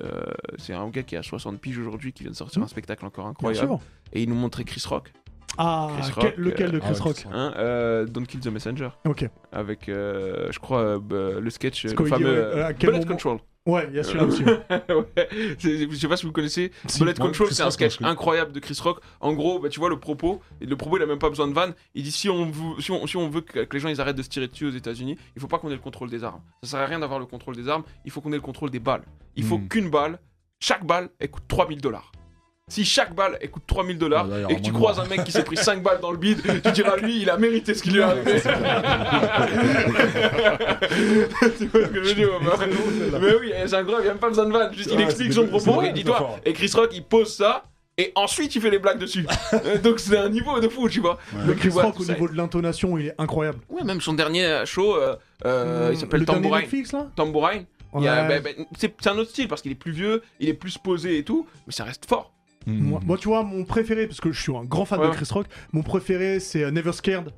c'est un gars qui a 60 piges aujourd'hui, qui vient de sortir Mhm. un spectacle encore bien incroyable. sûr. Et il nous montrait Chris Rock. Ah, Chris quel- Rock, lequel de euh, Chris ah, Rock Chris Hein, euh, Don't Kill the Messenger. Ok. Avec, euh, je crois, euh, bah, le sketch, euh, C'est le quoi, il dit, fameux ouais, euh, à quel Bullet Euh, moment- Control. Ouais, il y a celui-là aussi. Ouais. C'est- Je sais pas si vous connaissez. Si, Bullet moi, Control, Chris c'est un Rock, sketch moi, je- incroyable de Chris Rock. En gros, bah, tu vois le propos. et Le propos, il a même pas besoin de van. Il dit si on veut, si on, si on veut que, que les gens ils arrêtent de se tirer dessus aux États-Unis, il faut pas qu'on ait le contrôle des armes. Ça sert à rien d'avoir le contrôle des armes. Il faut qu'on ait le contrôle des balles. Il faut Hmm. qu'une balle, chaque balle, elle coûte 3000 dollars. Si chaque balle elle coûte 3000 dollars Ah, d'ailleurs, et que tu moi, croises non. un mec qui s'est pris 5 balles dans le bide, tu diras lui, il a mérité ce qui lui est arrivé. tu vois ce que je veux dire, Omar mais oui, c'est incroyable, il n'y a même pas besoin de vanne. Juste, il Ah, explique c'est- son c'est propos vrai, et il dit c'est toi. fort. Et Chris Rock, il pose ça et ensuite il fait les blagues dessus. Euh, Donc c'est un niveau de fou, tu vois. Le Donc, tu Chris vois, Rock tout au ça. niveau de l'intonation, il est incroyable. Ouais, même son dernier show, euh, euh, il s'appelle Le dernier Tambourine. Netflix là Tambourine. Il y a- Ouais. bah, bah, c'est c'est un autre style parce qu'il est plus vieux, il est plus posé et tout, mais ça reste fort. Hmm. Moi, moi, tu vois, mon préféré, parce que je suis un grand fan Ouais. de Chris Rock, mon préféré c'est euh, Never Scared,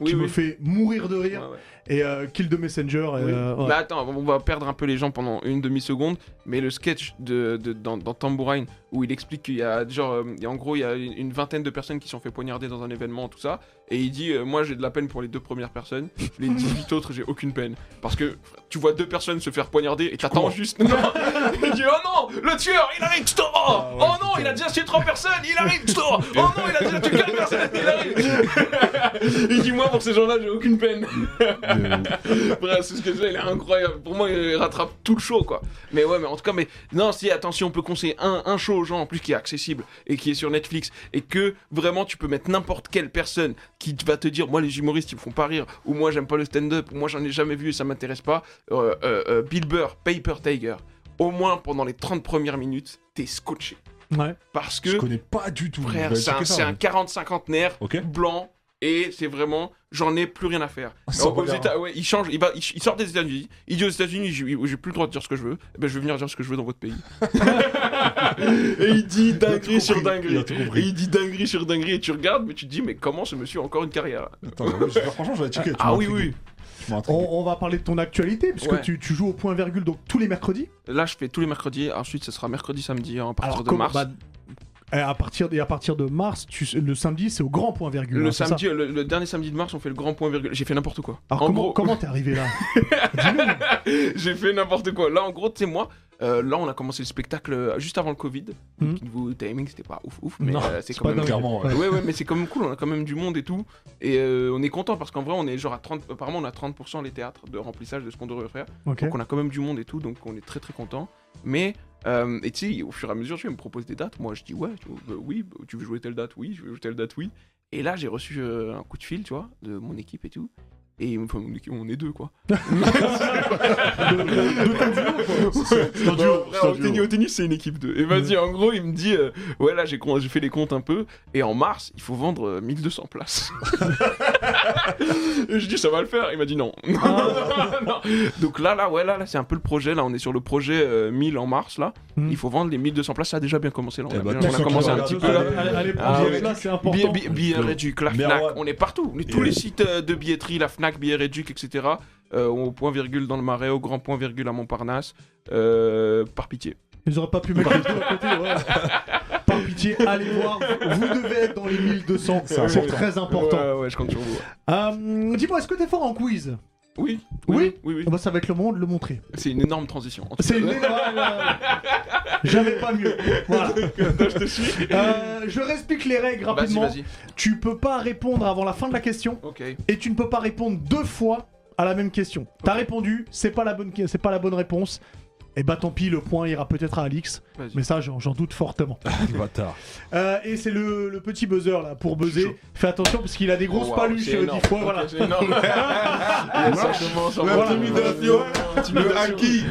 Oui, qui me oui. fait mourir de Ouais, rire, ouais. et euh, Kill the Messenger. et, Oui. euh, ouais. Mais attends, on va perdre un peu les gens pendant une demi-seconde, mais le sketch de, de- dans, dans Tambourine, où il explique qu'il y a, genre, euh, en gros, il y a une, une vingtaine de personnes qui se sont fait poignarder dans un événement, tout ça, et il dit, euh, moi j'ai de la peine pour les deux premières personnes, les 18 autres, j'ai aucune peine. Parce que tu vois deux personnes se faire poignarder et t'attends juste... Non Il dit, oh non, le tueur, il arrive, tu t'en- oh, oh non, il a déjà tué trois personnes, il arrive, tu t'en- oh non, il a déjà tué quatre personnes, il arrive. il dit, moi pour ces gens-là, j'ai aucune peine. Bref, ce sketch-là, il est incroyable. Pour moi, il rattrape tout le show, quoi. Mais ouais, mais en tout cas, mais non, si, attention, on peut conseiller un, un show aux gens, en plus, qui est accessible et qui est sur Netflix et que vraiment, tu peux mettre n'importe quelle personne qui va te dire, moi, les humoristes, ils me font pas rire, ou moi, j'aime pas le stand-up, ou moi, j'en ai jamais vu et ça m'intéresse pas. Euh, euh, euh, Bill Burr, Paper Tiger. Au moins, pendant les 30 premières minutes, t'es scotché. Ouais. Parce Je que, connais pas du tout. frère, Bah, c'est un, checker ça, c'est ouais. un 40-50 Ok. blanc et c'est vraiment j'en ai plus rien à faire. Ah, Ça Alors, va aux bien. États- ouais, il change, il, va, il, ch- il sort des États-Unis, il dit aux États-Unis, j'ai j'ai plus le droit de dire ce que je veux, eh ben, je vais venir dire ce que je veux dans votre pays. et il dit Il a tout dinguerie sur compris, il a dinguerie. tout Et compris. il dit dinguerie sur dinguerie et tu regardes, mais tu te dis, mais comment ce monsieur a encore une carrière Attends, ouais, je- franchement, je vais checker. tu Ah m'as oui, intrigué. oui. Tu m'as intrigué. On, on va parler de ton actualité, puisque Ouais. tu, tu joues au point virgule donc tous les mercredis. Là, je fais tous les mercredis, Ah, ensuite, ça sera mercredi, samedi, hein, à partir de comment- mars. bah, et à partir, et à partir de mars, tu- le samedi, c'est au grand point virgule. le, hein, c'est ça samedi, le, le dernier samedi de mars, on fait le grand point virgule. J'ai fait n'importe quoi. Alors En comment gros- comment t'es arrivé là J'ai fait n'importe quoi. Là, en gros, tu sais, moi, euh, là, on a commencé le spectacle euh, juste avant le Covid. Mhm. Donc, niveau timing, c'était pas ouf, ouf, mais Non, euh, c'est c'est quand pas même. dingue. Clairement, ouais. Ouais, ouais, mais c'est quand même cool, on a quand même du monde et tout. Et euh, on est content parce qu'en vrai, on est genre à 30. Apparemment, on a 30% les théâtres de remplissage de ce qu'on devrait faire. Ok. Donc, on a quand même du monde et tout, donc on est très très content. Mais, euh, et tu sais, au fur et à mesure, tu me proposes des dates. Moi, je dis, ouais, tu veux, bah, oui, bah, tu veux jouer telle date, oui, je veux jouer telle date, oui. Et là, j'ai reçu euh, un coup de fil, tu vois, de mon équipe et tout. Et enfin, mon équipe, on est deux, quoi. C'est un Ouais, duo, c'est un au, tennis, duo. au tennis, c'est une équipe de. Et vas-y, en gros, il me dit euh, Ouais, là, j'ai con- j'ai fait les comptes un peu. Et en mars, il faut vendre euh, 1200 places. et je dis Ça va le faire. Il m'a dit Non. Non, Ah. non, non, non. Donc là, là, ouais, là, là c'est un peu le projet. Là, on est sur le projet euh, 1000 en mars. Là, Mm. il faut vendre les 1200 places. Ça a déjà bien commencé. Là, on, Hmm. Eh a, bah, bien- tous on a ceux qui commencé un regardent petit peu. ça, Là. Allez, allez, allez, Ah, billet ouais. là, c'est important. Billet- bi- Billet Réduc, la Fnac, Merwan. on est partout. On est Et tous euh, les sites euh, de billetterie, la Fnac, Billet Réduc, etc. euh, au point virgule dans le marais, au grand point virgule à Montparnasse. euh, par pitié. Ils auraient pas pu mettre les deux à côté, ouais. Par pitié, allez voir. Vous devez être dans les 1200. C'est C'est important. très important. Ouais, ouais, je compte sur vous. ouais. Euh, Dis-moi, est-ce que t'es fort en quiz Oui. Oui Oui, oui. Ah bah, Ça va être le moment de le montrer. C'est une énorme transition. En tout C'est cas. une énorme. euh, J'avais pas mieux. Voilà. je te suis. Euh, je réexplique les règles Vas-y, rapidement. vas-y. Tu peux pas répondre avant la fin de la question Ok. et tu ne peux pas répondre deux fois à la même question. T'as répondu, c'est pas la bonne, c'est pas la bonne réponse. Et bah tant pis, le point ira peut-être à Alix, Vas-y. mais ça j'en j'en doute fortement. Quel bâtard. Euh, et c'est le, le petit buzzer là pour buzzer. Fais attention parce qu'il a des grosses Wow, paluches. c'est euh, énorme. dix fois, voilà. Ok, C'est énorme. Et ça commence en- euh, Voilà. L'intimidation. Le haki.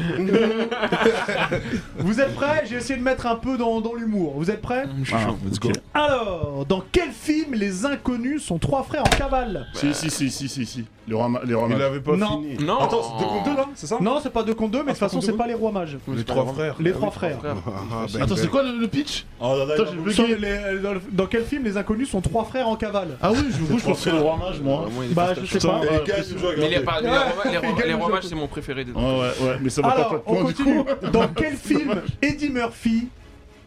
Vous êtes prêts J'ai essayé de mettre un peu dans, dans l'humour. Vous êtes prêts Je suis Ah, chaud. let's go. Alors, dans quel film les inconnus sont trois frères en cavale Si, si, si, si, si, si. Les rois ma- les rois Il mages. n'avait pas Non. fini. Non. Attends, c'est deux contre deux là, c'est ça Non, c'est pas deux contre deux, mais de toute façon contre c'est deux pas les rois Ah mages. Les trois frères. Les trois frères. Frère. Ah, ben, Attends, ben. c'est quoi le, le pitch Oh là là, Attends, il a- j'ai Sont bugué. les- euh, dans, le- dans quel film les inconnus sont trois frères en cavale Ah oui, je, je pensais le roi mage, moi. Vraiment, il est Bah parfait. je sais Putain, pas. ouais, Et Gaël, impressionnant. il joue à Mais les gratter. par- les rois- les rois- les rois mages, c'est mon préféré. des deux. Ouais, ouais, ouais, mais ça va pas Alors, faire on point du coup. continue. Dans quel film Eddie Murphy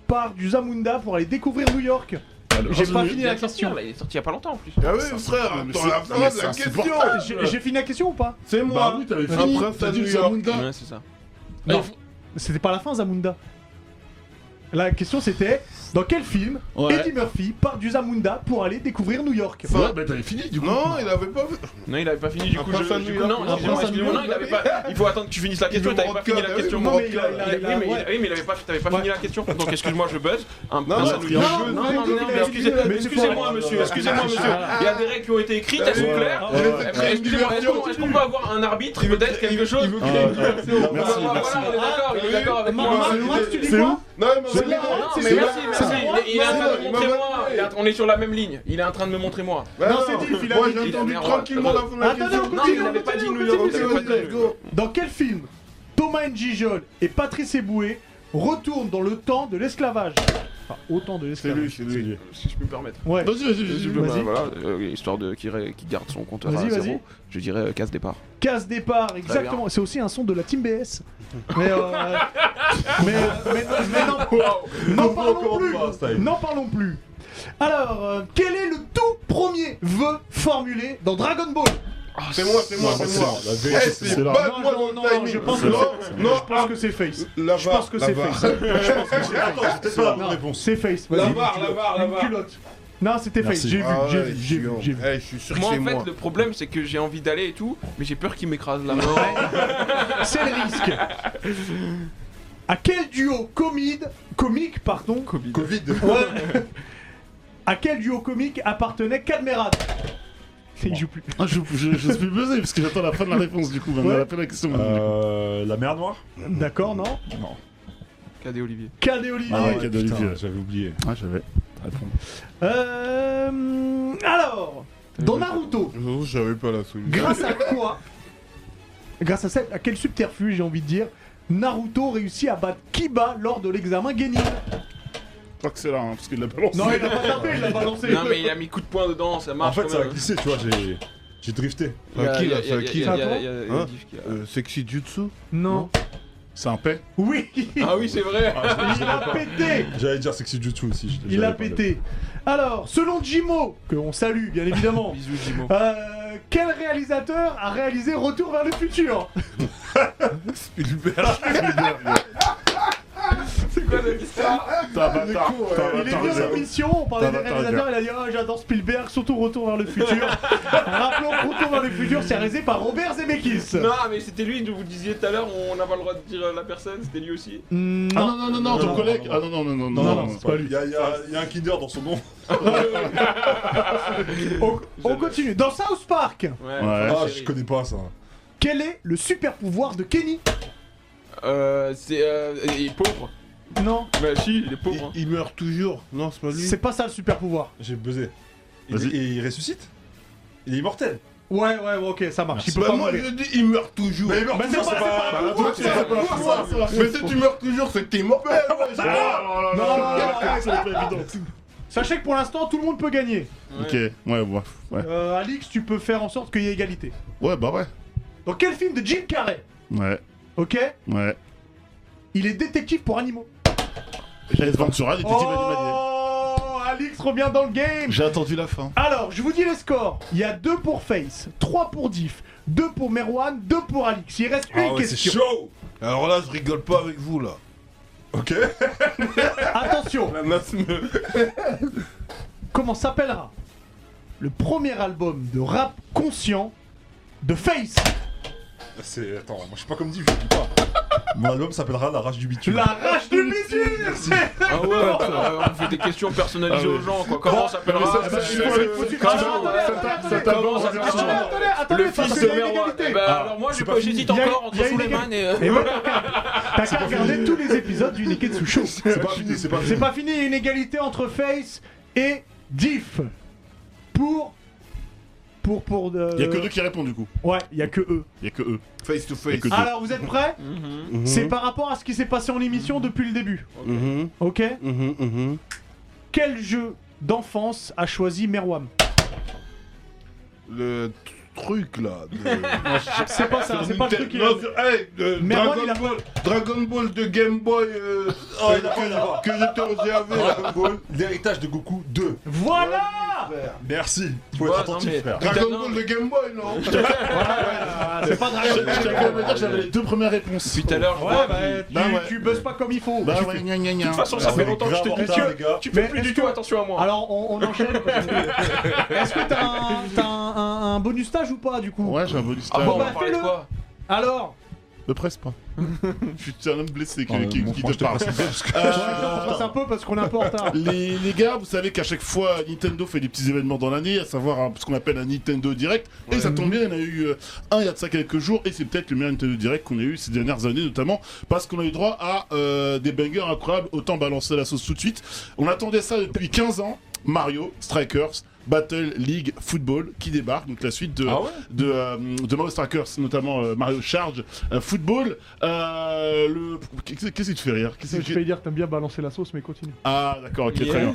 part du Zamunda pour aller découvrir New York J'ai pas fini la Bien sûr, question. là, il est sorti il y a pas longtemps en plus. Ah oui, Ça, frère, mais attends c'est- la mais fin c'est de la question insupportable. J'ai j'ai fini la question ou pas C'est Bah moi oui, t'avais Un fini. prince T'as à dit New York. Zamunda. Ouais, c'est ça. Non. Ah, il faut- C'était pas la fin, Zamunda. La question c'était dans quel film Ouais. Eddie Murphy part du Zamunda pour aller découvrir New York Ouais, bah t'avais fini du coup. Non, il avait pas vu. Non, il avait pas fini du Un coup. prince Je, à du New coup, York. non, Un excusez-moi, prince à New excusez-moi, non, York. il avait pas. Il faut attendre que tu finisses la question. veut T'avais me pas fini la rendre question. cadre, Non, mais il a- il a- Oui, il a- mais il- ouais. oui, mais il avait pas, t'avais pas Ouais. fini la question. Donc excuse-moi, je buzz. Un Non, prince non, à New non, York. non, Non, non, non, non, merde, mais excusez- mais tu excusez-moi, pourras- monsieur. Excusez-moi, monsieur. Il y a des règles qui ont été écrites, elles sont claires. Eh, Il était mais très Excusez-moi, est-ce qu'on- est-ce qu'on peut avoir un arbitre, peut-être quelque chose veut Ah, créer une ouais. version. Voilà, Merci, merci. Voilà, on est d'accord, il est oui. d'accord avec Mar- moi. Mar- c'est- Max, tu dis c'est quoi Non, il m'a C'est donné- là, Non, c'est mais là, merci, c'est merci. là. Il est- Il est en train de C'est me là, montrer il m'a moi. marqué. Il est en- On est sur la même ligne. Il est en train de me montrer moi. Ouais, Non, c'est dit, il a Moi dit. j'ai Il a entendu merde, tranquillement la voilà. fin de la Attendez, on question. Non, continue, il on n'avait pas continue, dit on New York, continue, il on avait continue. pas dit. Dans quel film Thomas Njijol et Patrice Eboué retournent dans le temps de l'esclavage Enfin, au temps de C'est lui, l'esclavage. c'est lui. Si je peux me permettre. Ouais. Vas-y, vas-y, vas-y. Vas-y. Bah, voilà, euh, histoire de qui, ré- qui garde son compteur Vas-y, à vas-y. zéro, je dirais euh, casse départ. Casse départ, exactement. C'est aussi un son de la Team BS. Mais, euh, mais, euh, mais, mais non, n'en parlons pas, ça y plus. est. N'en parlons plus. Alors, euh, quel est le tout premier vœu formulé dans Dragon Ball C'est moi, c'est moi, c'est moi. La Eh, vérité, c'est c'est là. pas Non, moi non, dans le non, timing. je pense que Non, Je non, pense que c'est Face. la Je pense VAR, que la c'est VAR. Face. Attends, c'était pas la bonne Non, réponse. C'est Face. La Vas-y. VAR, la VAR, la Une VAR. culotte. Non, c'était Face. Merci. J'ai vu, Ah j'ai ouais, vu, j'ai vu, chiant. j'ai vu. Eh, je suis sûr que Moi, en c'est fait, moi. le problème, c'est que j'ai envie d'aller et tout, mais j'ai peur qu'il m'écrase la main. C'est le risque. À quel duo comide, comique, pardon, Covid. Ouais. à quel duo comique appartenait Cadmerade Il joue plus. Ah, je, je, je suis buzzé parce que j'attends la fin de la réponse du coup. Maintenant, Ouais. la fin de la question. maintenant, du coup. Euh, la mer noire D'accord, non Non. Cadet Olivier. Cad et Olivier. Ah ouais, Putain, Cadet Olivier. J'avais oublié. Ah, j'avais. Attends. Euh, alors, dans Naruto, Non, J'avais pas la solution. grâce à quoi Grâce à, cette- à quel subterfuge, j'ai envie de dire, Naruto réussit à battre Kiba lors de l'examen Genin Je crois que c'est là, hein, parce qu'il l'a balancé. Non, il a pas tapé, il l'a balancé. Non, mais il a mis coup de poing dedans, ça En marche. fait, quand ça a même. glissé, tu vois, j'ai. J'ai drifté. Il y a- Qui, il y a- là, il y a- c'est qui, il y a- il y a- là il y a- il y a- Hein Diff qui a- Euh, Sexy Jutsu Non. C'est un paix. Oui Ah oui, c'est vrai. Il a pété J'allais dire sexy jutsu aussi. je- Il a j'avais pas le- pété. Alors, selon Jimo, que on salue bien évidemment, Bisous, Jimo. Euh, quel réalisateur a réalisé Retour vers le futur Spielberg. C'est quoi cette histoire T'as un bâtard. con, ouais. T'as un Il est bâtard. venu à l'émission, on parlait des T'as vingt ans, réalisateurs, il a dit Ah, j'adore Spielberg, surtout Retour vers le futur. Rappelons que Retour vers le futur, c'est réalisé par Robert Zemeckis. Non, mais c'était lui, vous le disiez tout à l'heure, on n'a pas le droit de dire euh, la personne, c'était lui aussi. Mm, Ah non. non, non, non, non, ton collègue. Ah non, non, non, non, Non, non. non, non. c'est pas lui. Il y, a- il y a- il y a un Kinder dans son nom. On, on continue. Dans South Park, Ouais. Ah, la je série. connais pas ça. quel est le super pouvoir de Kenny Euh, c'est. Euh, il est pauvre. Non, Bah, si, il est pauvre. Il, hein. il meurt toujours. Non, c'est pas lui. c'est pas ça le super pouvoir. J'ai buzzé. Vas-y. Il, et il ressuscite Il est immortel Ouais, ouais, ouais, ok, ça marche. Il peut Bah, pas moi mourir. je dis, il meurt toujours. Mais il meurt Bah, c'est toujours, pas- c'est c'est pas- pas un bah, pouvoir, toi, tu c'est sais pas pas un pourquoi, pouvoir. ça. Mais si tu meurs toujours, c'est que t'es mort. Ah, Non, non, non, non, Sachez que pour l'instant, tout le monde peut gagner. Ok, ouais, ouais. Ouais, Euh, Alix, tu peux faire en sorte qu'il y ait égalité. Ouais, bah ouais. Dans quel film de Jim Carrey Ouais, Ok ouais. Il est détective pour animaux. Ace Ventura, détective animalier. Oh, Alix revient dans le game. J'ai attendu la fin. Alors, je vous dis les scores. Il y a 2 pour Face, 3 pour Diff, 2 pour Merwan, 2 pour Alix. Il reste Ah une ouais, c'est question. chaud Alors là, je rigole pas avec vous là. Ok Attention, La masse me. comment s'appellera le premier album de rap conscient de Face C'est. Attends, moi je suis pas comme dit, je dis pas. Mon album s'appellera La rage du bitume. La rage du bitume Ah ouais, euh, on fait des questions personnalisées Ah ouais. aux gens, quoi. Comment ça s'appellera mais ça, Ah, ça, bah, c'est je- quoi, je- le- Comment- Alors, attendez, euh, attendez, attendez. ça t'a- Comment ça attendez, Attendez, s'appellera attendez, attendez, Le Ah parce fils qu'il de y a une Merwan. égalité. Bah, alors moi, je c'est peux- pas j'hésite fini. Il y a- encore il y entre a une Suleiman et. euh, Eh Et ben, ouais, t'as qu'à- t'as qu'à regarder tous les épisodes du Niketsu Show. C'est pas fini, c'est pas fini. C'est pas fini, il y a une égalité entre Face et Diff. Pour. Pour. pour de... Y'a que deux qui répondent du coup. Ouais, il y a que eux. Y'a que eux. Face to Y'a face. que deux. Alors, vous êtes prêts Mhm. C'est par rapport à ce qui s'est passé en émission depuis le début. Mhm, Ok mhm, mhm. Quel jeu d'enfance a choisi Merwam Le truc là. de- C'est pas ça, Sur c'est pas le Nintendo- truc qu'il a Non, dit. sur- hey, euh, Mais Dragon, moi, il a- Ball, Dragon Ball de Game Boy euh, que- que, que j'étais en GAV. là. Dragon Ball, l'héritage de Goku 2. Voilà Merci. Faut Ouais, être attentif, non, mais- frère. Dragon Putain, non, Ball de Game Boy, non Ah, C'est pas Je Dragon tiens quand même à dire que j'avais les deux premières réponses. Depuis tout à l'heure, je vois- Ouais, bah, tu, Bah ouais. tu buzzes pas comme il faut. Bah Tu ouais, fais- gna gna Ah, De gna. toute façon, ça fait Ouais, longtemps que je grave te dis retard, que les gars. tu fais Mais plus est-ce du tout que- attention à moi. Alors, on, on enchaîne. parce que- Est-ce que t'as un, t'as un- un- un bonus stage ou pas, du coup Ouais, j'ai un bonus Ah stage. bon, on bah, va parler de fais-le. quoi Alors Me presse pas. je suis un homme blessé qui, Euh, qui- bon, qui franchement, te je te parle. passe- parce que- Euh, On passe un peu parce qu'on est un peu en retard. les, les gars, vous savez qu'à chaque fois, Nintendo fait des petits événements dans l'année, à savoir un- ce qu'on appelle un Nintendo Direct. Et ça tombe bien, il y en a eu euh, un il y a de ça quelques jours, et c'est peut-être le meilleur Nintendo Direct qu'on a eu ces dernières années, notamment parce qu'on a eu droit à euh, des bangers incroyables. Autant balancer la sauce tout de suite. On attendait ça depuis 15 ans. Mario, Strikers. Battle League Football qui débarque, donc la suite de, Ah ouais de, euh, de Mario Strikers, notamment euh, Mario Charge euh, Football. Euh, le... Qu'est-ce qu'est-ce qui te fait rire Qu'est-ce Je qui- vais dire que t'aimes bien balancer la sauce, mais continue. Ah d'accord, ok, très bien.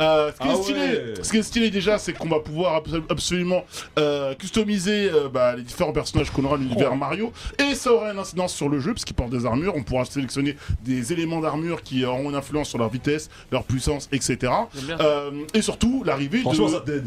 Euh, ce, qui Ah est stylé, ouais. ce qui est stylé déjà, c'est qu'on va pouvoir abso- absolument euh, customiser euh, bah, les différents personnages qu'on aura dans l'univers Oh. Mario. Et ça aura une incidence sur le jeu, parce qu'ils portent des armures. On pourra sélectionner des éléments d'armure qui auront une influence sur leur vitesse, leur puissance, etc. J'aime bien. Euh, et surtout, l'arrivée Franchement, de- ça t'aide.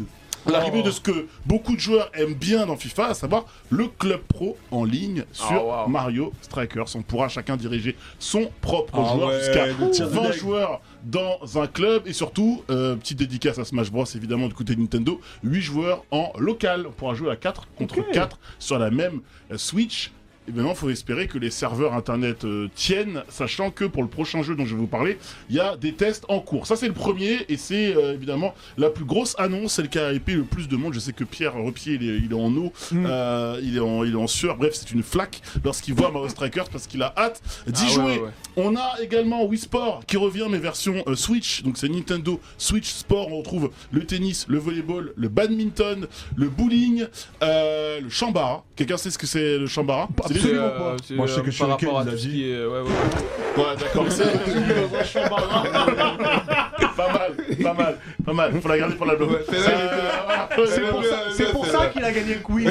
l'arrivée de ce que beaucoup de joueurs aiment bien dans FIFA, à savoir le club pro en ligne sur Ah, wow. Mario Strikers. On pourra chacun diriger son propre Ah joueur ouais, le jusqu'à tir de 20 dingue. joueurs dans un club et surtout, euh, petite dédicace à Smash Bros évidemment du côté de Nintendo, 8 joueurs en local. On pourra jouer à 4 contre Ok. 4 sur la même euh, Switch. Et maintenant, il faut espérer que les serveurs internet euh, tiennent, sachant que pour le prochain jeu dont je vais vous parler, il y a des tests en cours. Ça, c'est le premier, et c'est euh, évidemment la plus grosse annonce, celle qui a hypé le plus de monde. Je sais que Pierre Repier, il est, il est en eau, Mm. euh, il, est en, il est en sueur. Bref, c'est une flaque lorsqu'il voit Mario Strikers parce qu'il a hâte d'y Ah ouais, jouer. ouais, ouais. On a également Wii Sport qui revient mais version euh, Switch. Donc c'est Nintendo Switch Sport. On retrouve le tennis, le volleyball, le badminton, le bowling, euh, le chambara. Quelqu'un sait ce que c'est le chambara C'est les- C'est, Absolument euh, c'est, Moi, je sais euh, que je suis par lequel, rapport à il l'a tout ce dit. qui est- ouais, ouais, ouais. Ouais, d'accord. C'est pas mal, pas mal, pas mal. Faut la garder pour la blonde. c'est vrai, C'est C'est pour ça, c'est pour ça qu'il a gagné le quiz.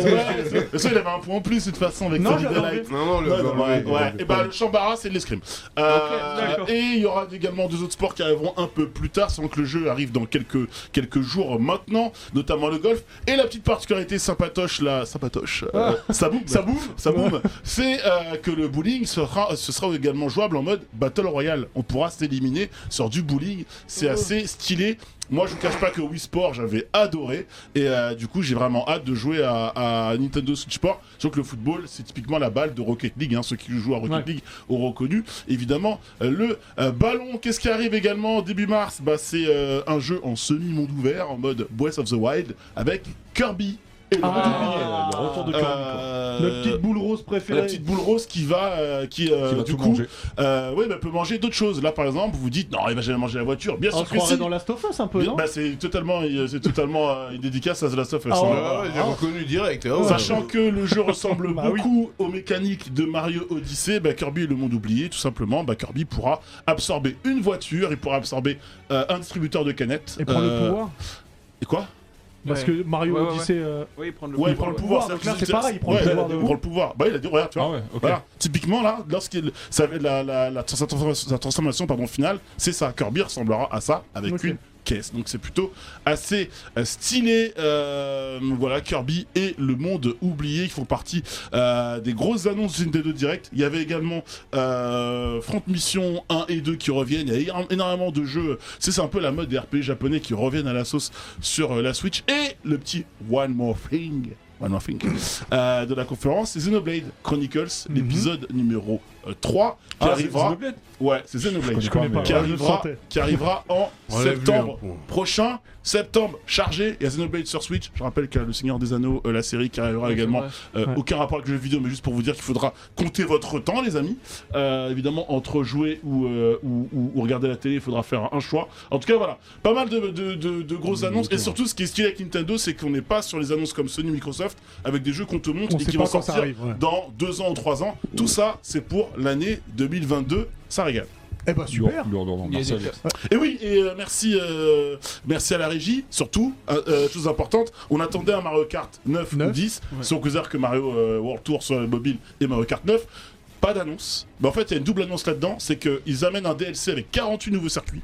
Le seul, il avait un point en plus de toute façon avec Non, Solid j'avais Delight. Non, non, le. Ouais, ouais, ouais. Et bah, le chambara, c'est de l'escrime. Euh, Ok, d'accord. et il y aura également deux autres sports qui arriveront un peu plus tard, sans que le jeu arrive dans quelques, quelques jours maintenant, notamment le golf. Et la petite particularité sympatoche, là, sympatoche, euh, Ah. ça boum, ça boum, ça boum, c'est euh, que le bowling sera, ce sera également jouable en mode Battle Royale. On pourra s'éliminer sur du bowling, Oh. c'est assez stylé. Moi, je vous cache pas que Wii Sport, j'avais adoré. Et euh, du coup, j'ai vraiment hâte de jouer à, à Nintendo Switch Sport. Sauf que le football, c'est typiquement la balle de Rocket League. hein. Ceux qui jouent à Rocket Ouais. League auront reconnu, évidemment, euh, le euh, ballon. Qu'est-ce qui arrive également début mars bah, C'est euh, un jeu en semi-monde ouvert, en mode Breath of the Wild, avec Kirby. Et le Ah. Le retour de Kirby. Kirby, quoi. Euh, Notre petite boule rose préférée. la petite boule rose qui va, euh, qui, euh, Qui va du tout coup, manger. euh, ouais, bah, peut manger d'autres choses. Là, par exemple, vous vous dites, non, il va jamais manger la voiture. Bien On sûr se que si. croirait dans Last of Us un peu, Bien- non bah, c'est totalement, euh, c'est totalement euh, une dédicace à The Last of Us. Ah hein. ouais. Ah ouais, j'ai reconnu direct. ah ouais. Sachant que le jeu ressemble Bah oui. beaucoup aux mécaniques de Mario Odyssey, bah, Kirby est le monde oublié, tout simplement. Bah, Kirby pourra absorber une voiture, il pourra absorber euh, un distributeur de canettes. Et prendre Euh, le pouvoir. Et quoi Parce que Mario Ouais, ouais, Odyssey. euh, Oui, prendre le. Ouais, il prend le pouvoir. pouvoir, donc c'est-à-dire là, c'est pareil, il prend le ouais, pouvoir il de- prend le pouvoir. Bah, il a dit, regarde, tu vois. Ah ouais, ok. Voilà. Typiquement là, lorsqu'il ça avait la, la, la- sa, transforma- sa transformation pardon, finale, c'est ça. Kirby ressemblera à ça avec Ok. une caisse. Donc c'est plutôt assez euh, stylé. Euh, voilà, Kirby et le monde oublié qui font partie euh, des grosses annonces de Nintendo Direct. Il y avait également euh, Front Mission 1 et 2 qui reviennent. Il y a éno- énormément de jeux. C'est c'est un peu la mode des RPG japonais qui reviennent à la sauce sur euh, la Switch. Et le petit One More Thing. One More Thing euh, de la conférence, c'est Xenoblade Chronicles, l'épisode numéro euh, 3 qui Ah, c'est- c'est arrivera. le bled. Ouais, c'est Xenoblade. connais pas, Qui ouais. Je le arrivera, sentais. qui arrivera en Relève-lui septembre un peu. prochain. Septembre chargé. Il y a Xenoblade sur Switch. Je rappelle qu'il y a Le Seigneur des Anneaux, euh, la série qui arrivera également. Euh, Ouais. Aucun rapport avec le jeu vidéo, mais juste pour vous dire qu'il faudra compter votre temps, les amis. Euh, évidemment, entre jouer ou, euh, ou, ou- ou regarder la télé, il faudra faire un choix. En tout cas, voilà, pas mal de, de- de- de grosses annonces. Et surtout, ce qui est stylé avec Nintendo, c'est qu'on n'est pas sur les annonces comme Sony, Microsoft, avec des jeux qu'on te montre On et sait qui pas vont quand ça sortir arrive, ouais. dans deux ans ou trois ans. Tout ça, c'est pour l'année 2022. Ça régale. Eh Ah, bah super. Lourd, lourd, lourd, Il y a Martial. des- Et oui, et euh, merci, euh, merci à la régie. Surtout, euh, euh, chose importante, on attendait un Mario Kart 9, Neuf. ou 10, sauf que que Mario euh, World Tour sur le mobile et Mario Kart 9. Pas d'annonce. Mais en fait, il y a une double annonce là-dedans, c'est qu'ils amènent un DLC avec 48 nouveaux circuits,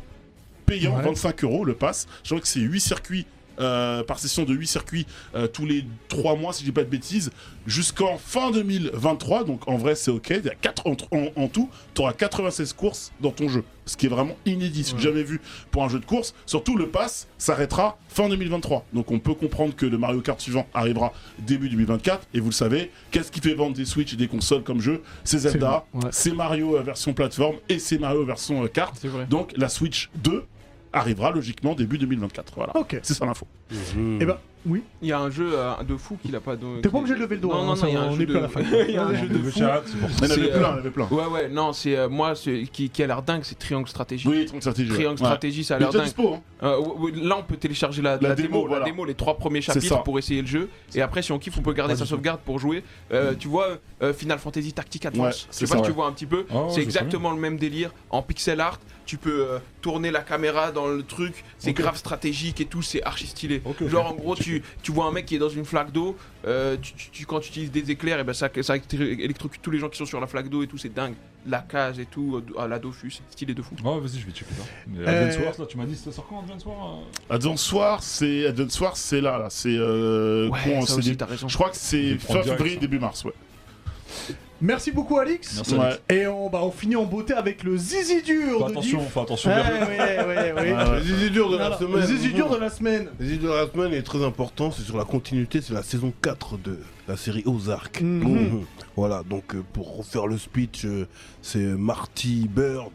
payant Ouais. 25 euros le pass. Je crois que c'est 8 circuits. euh, par session de 8 circuits euh, tous les 3 mois si je dis pas de bêtises jusqu'en fin 2023 donc en vrai c'est ok il y a 4 en, en- en tout tu auras 96 courses dans ton jeu ce qui est vraiment inédit ce que j'ai jamais vu pour un jeu de course. Surtout, le pass s'arrêtera fin 2023. Donc, on peut comprendre que le Mario Kart suivant arrivera début 2024. Et vous le savez, qu'est-ce qui fait vendre des Switch et des consoles comme jeu C'est Zelda, ouais. c'est Mario euh, version plateforme et c'est Mario version euh, carte. C'est vrai. Donc, la Switch 2 arrivera logiquement début 2024. Voilà. Ok. C'est ça l'info. Eh ben, oui. Il y a un jeu euh, de fou qu'il a pas. don- T'es qui- pas obligé de lever le doigt. Non, hein, non, ça, non, il y a un on jeu est plus de- à la fin. Il y a un jeu de Le fou. chat, c'est pour ça. Il y en avait C'est, plein, euh, il y en avait plein. Ouais, ouais, non, c'est euh, moi ce qui, qui a l'air dingue, c'est Triangle Stratégie. Oui, 30 stratégies. ouais. Triangle Ouais. Stratégie, ça a Il est l'air déjà dingue. dispo, hein. Euh, ou- ou- là, on peut télécharger la, la démo, la voilà. démo, les trois premiers C'est chapitres ça. pour essayer le jeu. Et après, si on kiffe, on peut garder sa sauvegarde pour jouer. Euh, tu vois, euh, Final Fantasy Tactic Ouais, Advance. je c'est sais pas si ça, tu ouais. vois un petit peu. Ah ouais, je c'est vois exactement le même délire en pixel art. Tu peux euh, tourner la caméra dans le truc. C'est Ok. grave stratégique et tout. C'est archi stylé. Ok, ok. Genre, en gros, tu, tu vois un mec qui est dans une flaque d'eau. euh, tu, tu- tu- quand tu utilises des éclairs, et ben ça, ça électrocute tous les gens qui sont sur la flaque d'eau et tout. C'est dingue. La case et tout, euh, à la Dofus, c'est stylé de fou. Ouais, vas-y, je vais checker ça. Mais Euh, Advance Wars, là, tu m'as dit, ça sort quand Advance Wars euh Advance Wars, c'est Advance Wars, c'est là, là. C'est. euh, Ouais, con, ça c'est aussi, des- t'as raison. Je crois que c'est vais fin prendre direct, février, ça. début mars, ouais. Merci beaucoup, Alix. Merci, Ouais. Alex. Et on, bah, on finit en beauté avec le zizi dur Fais de attention, Diff. fais attention. Ouais, bien. ouais, ouais, ouais. Ah ouais. Les idées dures de la Voilà, semaine. le zizi dur de la semaine. Les idées de la semaine est très important, c'est sur la continuité, c'est la saison 4 de la série Ozark. Mhm. Mhm. Voilà, donc euh, pour refaire le speech, euh, c'est Marty Bird.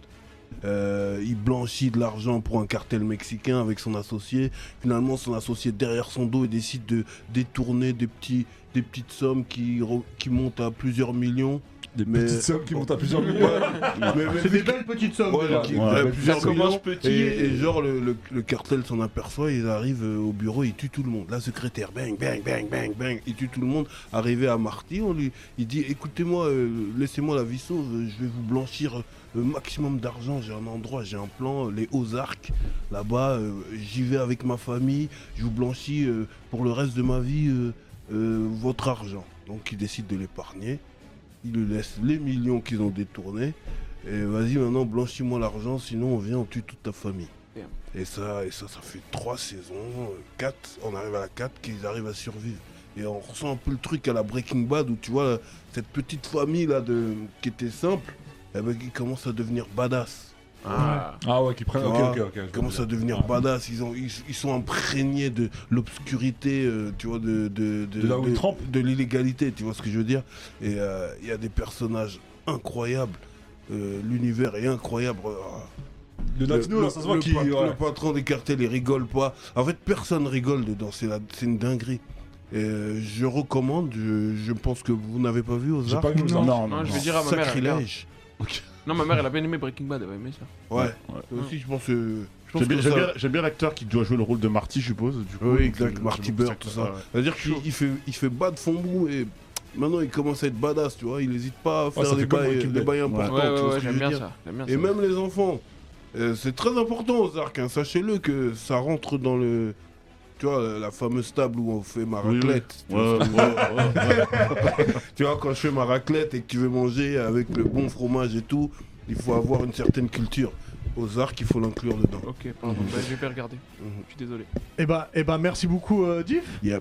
Euh, il blanchit de l'argent pour un cartel mexicain avec son associé. Finalement, son associé derrière son dos, il décide de détourner des, petits, des petites sommes qui, re- qui montent à plusieurs millions. Des Mais- petites sommes qui montent à plusieurs millions. Mais- mais- C'est des belles petites sommes. Ouais, déjà. qui- Ouais, ouais, mais plusieurs ça commence millions. petit et, et- et genre le, le- le cartel s'en aperçoit, ils arrivent euh, au bureau, ils tuent tout le monde. La secrétaire, bang, bang, bang, bang, bang, ils tuent tout le monde. Arrivé à Marty, on lui, il dit écoutez-moi, euh, laissez-moi la vie sauve, euh, je vais vous blanchir le maximum d'argent. J'ai un endroit, j'ai un plan, euh, les Ozarks, là-bas, euh, j'y vais avec ma famille, je vous blanchis euh, pour le reste de ma vie euh, euh, votre argent. Donc il décide de l'épargner. Il lui laisse les millions qu'ils ont détournés. Et vas-y maintenant blanchis-moi l'argent, sinon on vient, on tue toute ta famille. Damn. Et ça, et ça, ça fait trois saisons, euh, quatre, on arrive à la quatre, qu'ils arrivent à survivre. Et on ressent un peu le truc à la Breaking Bad où tu vois cette petite famille là de qui était simple, eh ben, qui commence à devenir badass. Ah. Ah ouais, qui prennent. Tu Ok, vois, ok, ok. je Ils commencent à devenir Ouais. badass, ils, ont, ils, ils sont imprégnés de l'obscurité, euh, tu vois, de, de, De là où ils trempent. de l'illégalité, tu vois ce que je veux dire. Et euh, il y a des personnages incroyables, euh, l'univers est incroyable. Ah. Le Latino, là, ça se voit le qui. pat- ouais. le patron des cartels, il rigole pas. En fait, personne rigole dedans. C'est la- c'est une dinguerie. Euh, je recommande. Je, je pense que vous n'avez pas vu J'ai Ozark. pas vu ça. Non, Non, non, non. je vais dire à ma mère. elle regarde. Sacrilège. Non, ma mère, elle a bien aimé Breaking Bad, elle va aimer ça. Ouais. Ouais. Et Aussi, je pense que. Je pense J'aime bien, que j'aime ça- bien- j'aime bien l'acteur qui doit jouer le rôle de Marty, je suppose. Du coup, Oui, Donc, euh, exact, j'aime Marty beaucoup Bird, cet tout ça. acteur, ouais. C'est-à-dire qu'il il fait, il fait bas de fond mou et maintenant il commence à être badass, tu vois. Il hésite pas à faire ça des fait comme bails, Breaking des Bad. bails Ouais, importants. ouais, Ah, oh, tu vois ouais, ce que je j'aime veux bien dire ça. J'aime bien Et ça. même les enfants, euh, c'est très important aux arcs, hein. sachez-le que ça rentre dans le. Tu vois, la- la fameuse table où on fait ma Oui, oui. raclette. Tu, vois, Ouais, ouais, ouais, ouais. tu vois, quand je fais ma raclette et que tu veux manger avec le bon fromage et tout, il faut avoir une certaine culture. Aux arcs, il faut l'inclure dedans. Ok, pardon, bah, je vais pas regarder. Mhm. Je suis désolé. Eh ben, eh ben, merci beaucoup, euh, Diff. Yep.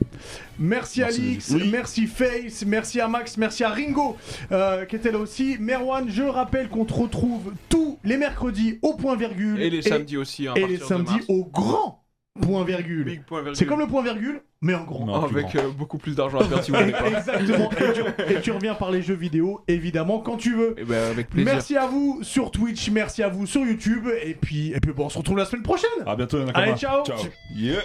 Merci, Merci, Alix, Diff. Oui. merci Face, merci à Max, merci à Ringo euh, qui était là aussi. Merwan, je rappelle qu'on te retrouve tous les mercredis au point virgule Et les samedis aussi, hein, à et partir les samedis de mars. au grand point virgule. Big point virgule. C'est comme le point virgule, mais en grand. Non. Oh, avec euh, beaucoup plus d'argent à faire si vous voulez pas. Exactement. Et tu, et tu reviens par les jeux vidéo, évidemment, quand tu veux. Et ben avec plaisir. Merci à vous sur Twitch, merci à vous sur YouTube, et puis, et puis bon, on se retrouve la semaine prochaine. À bientôt, Yann Allez, ciao. Yeah.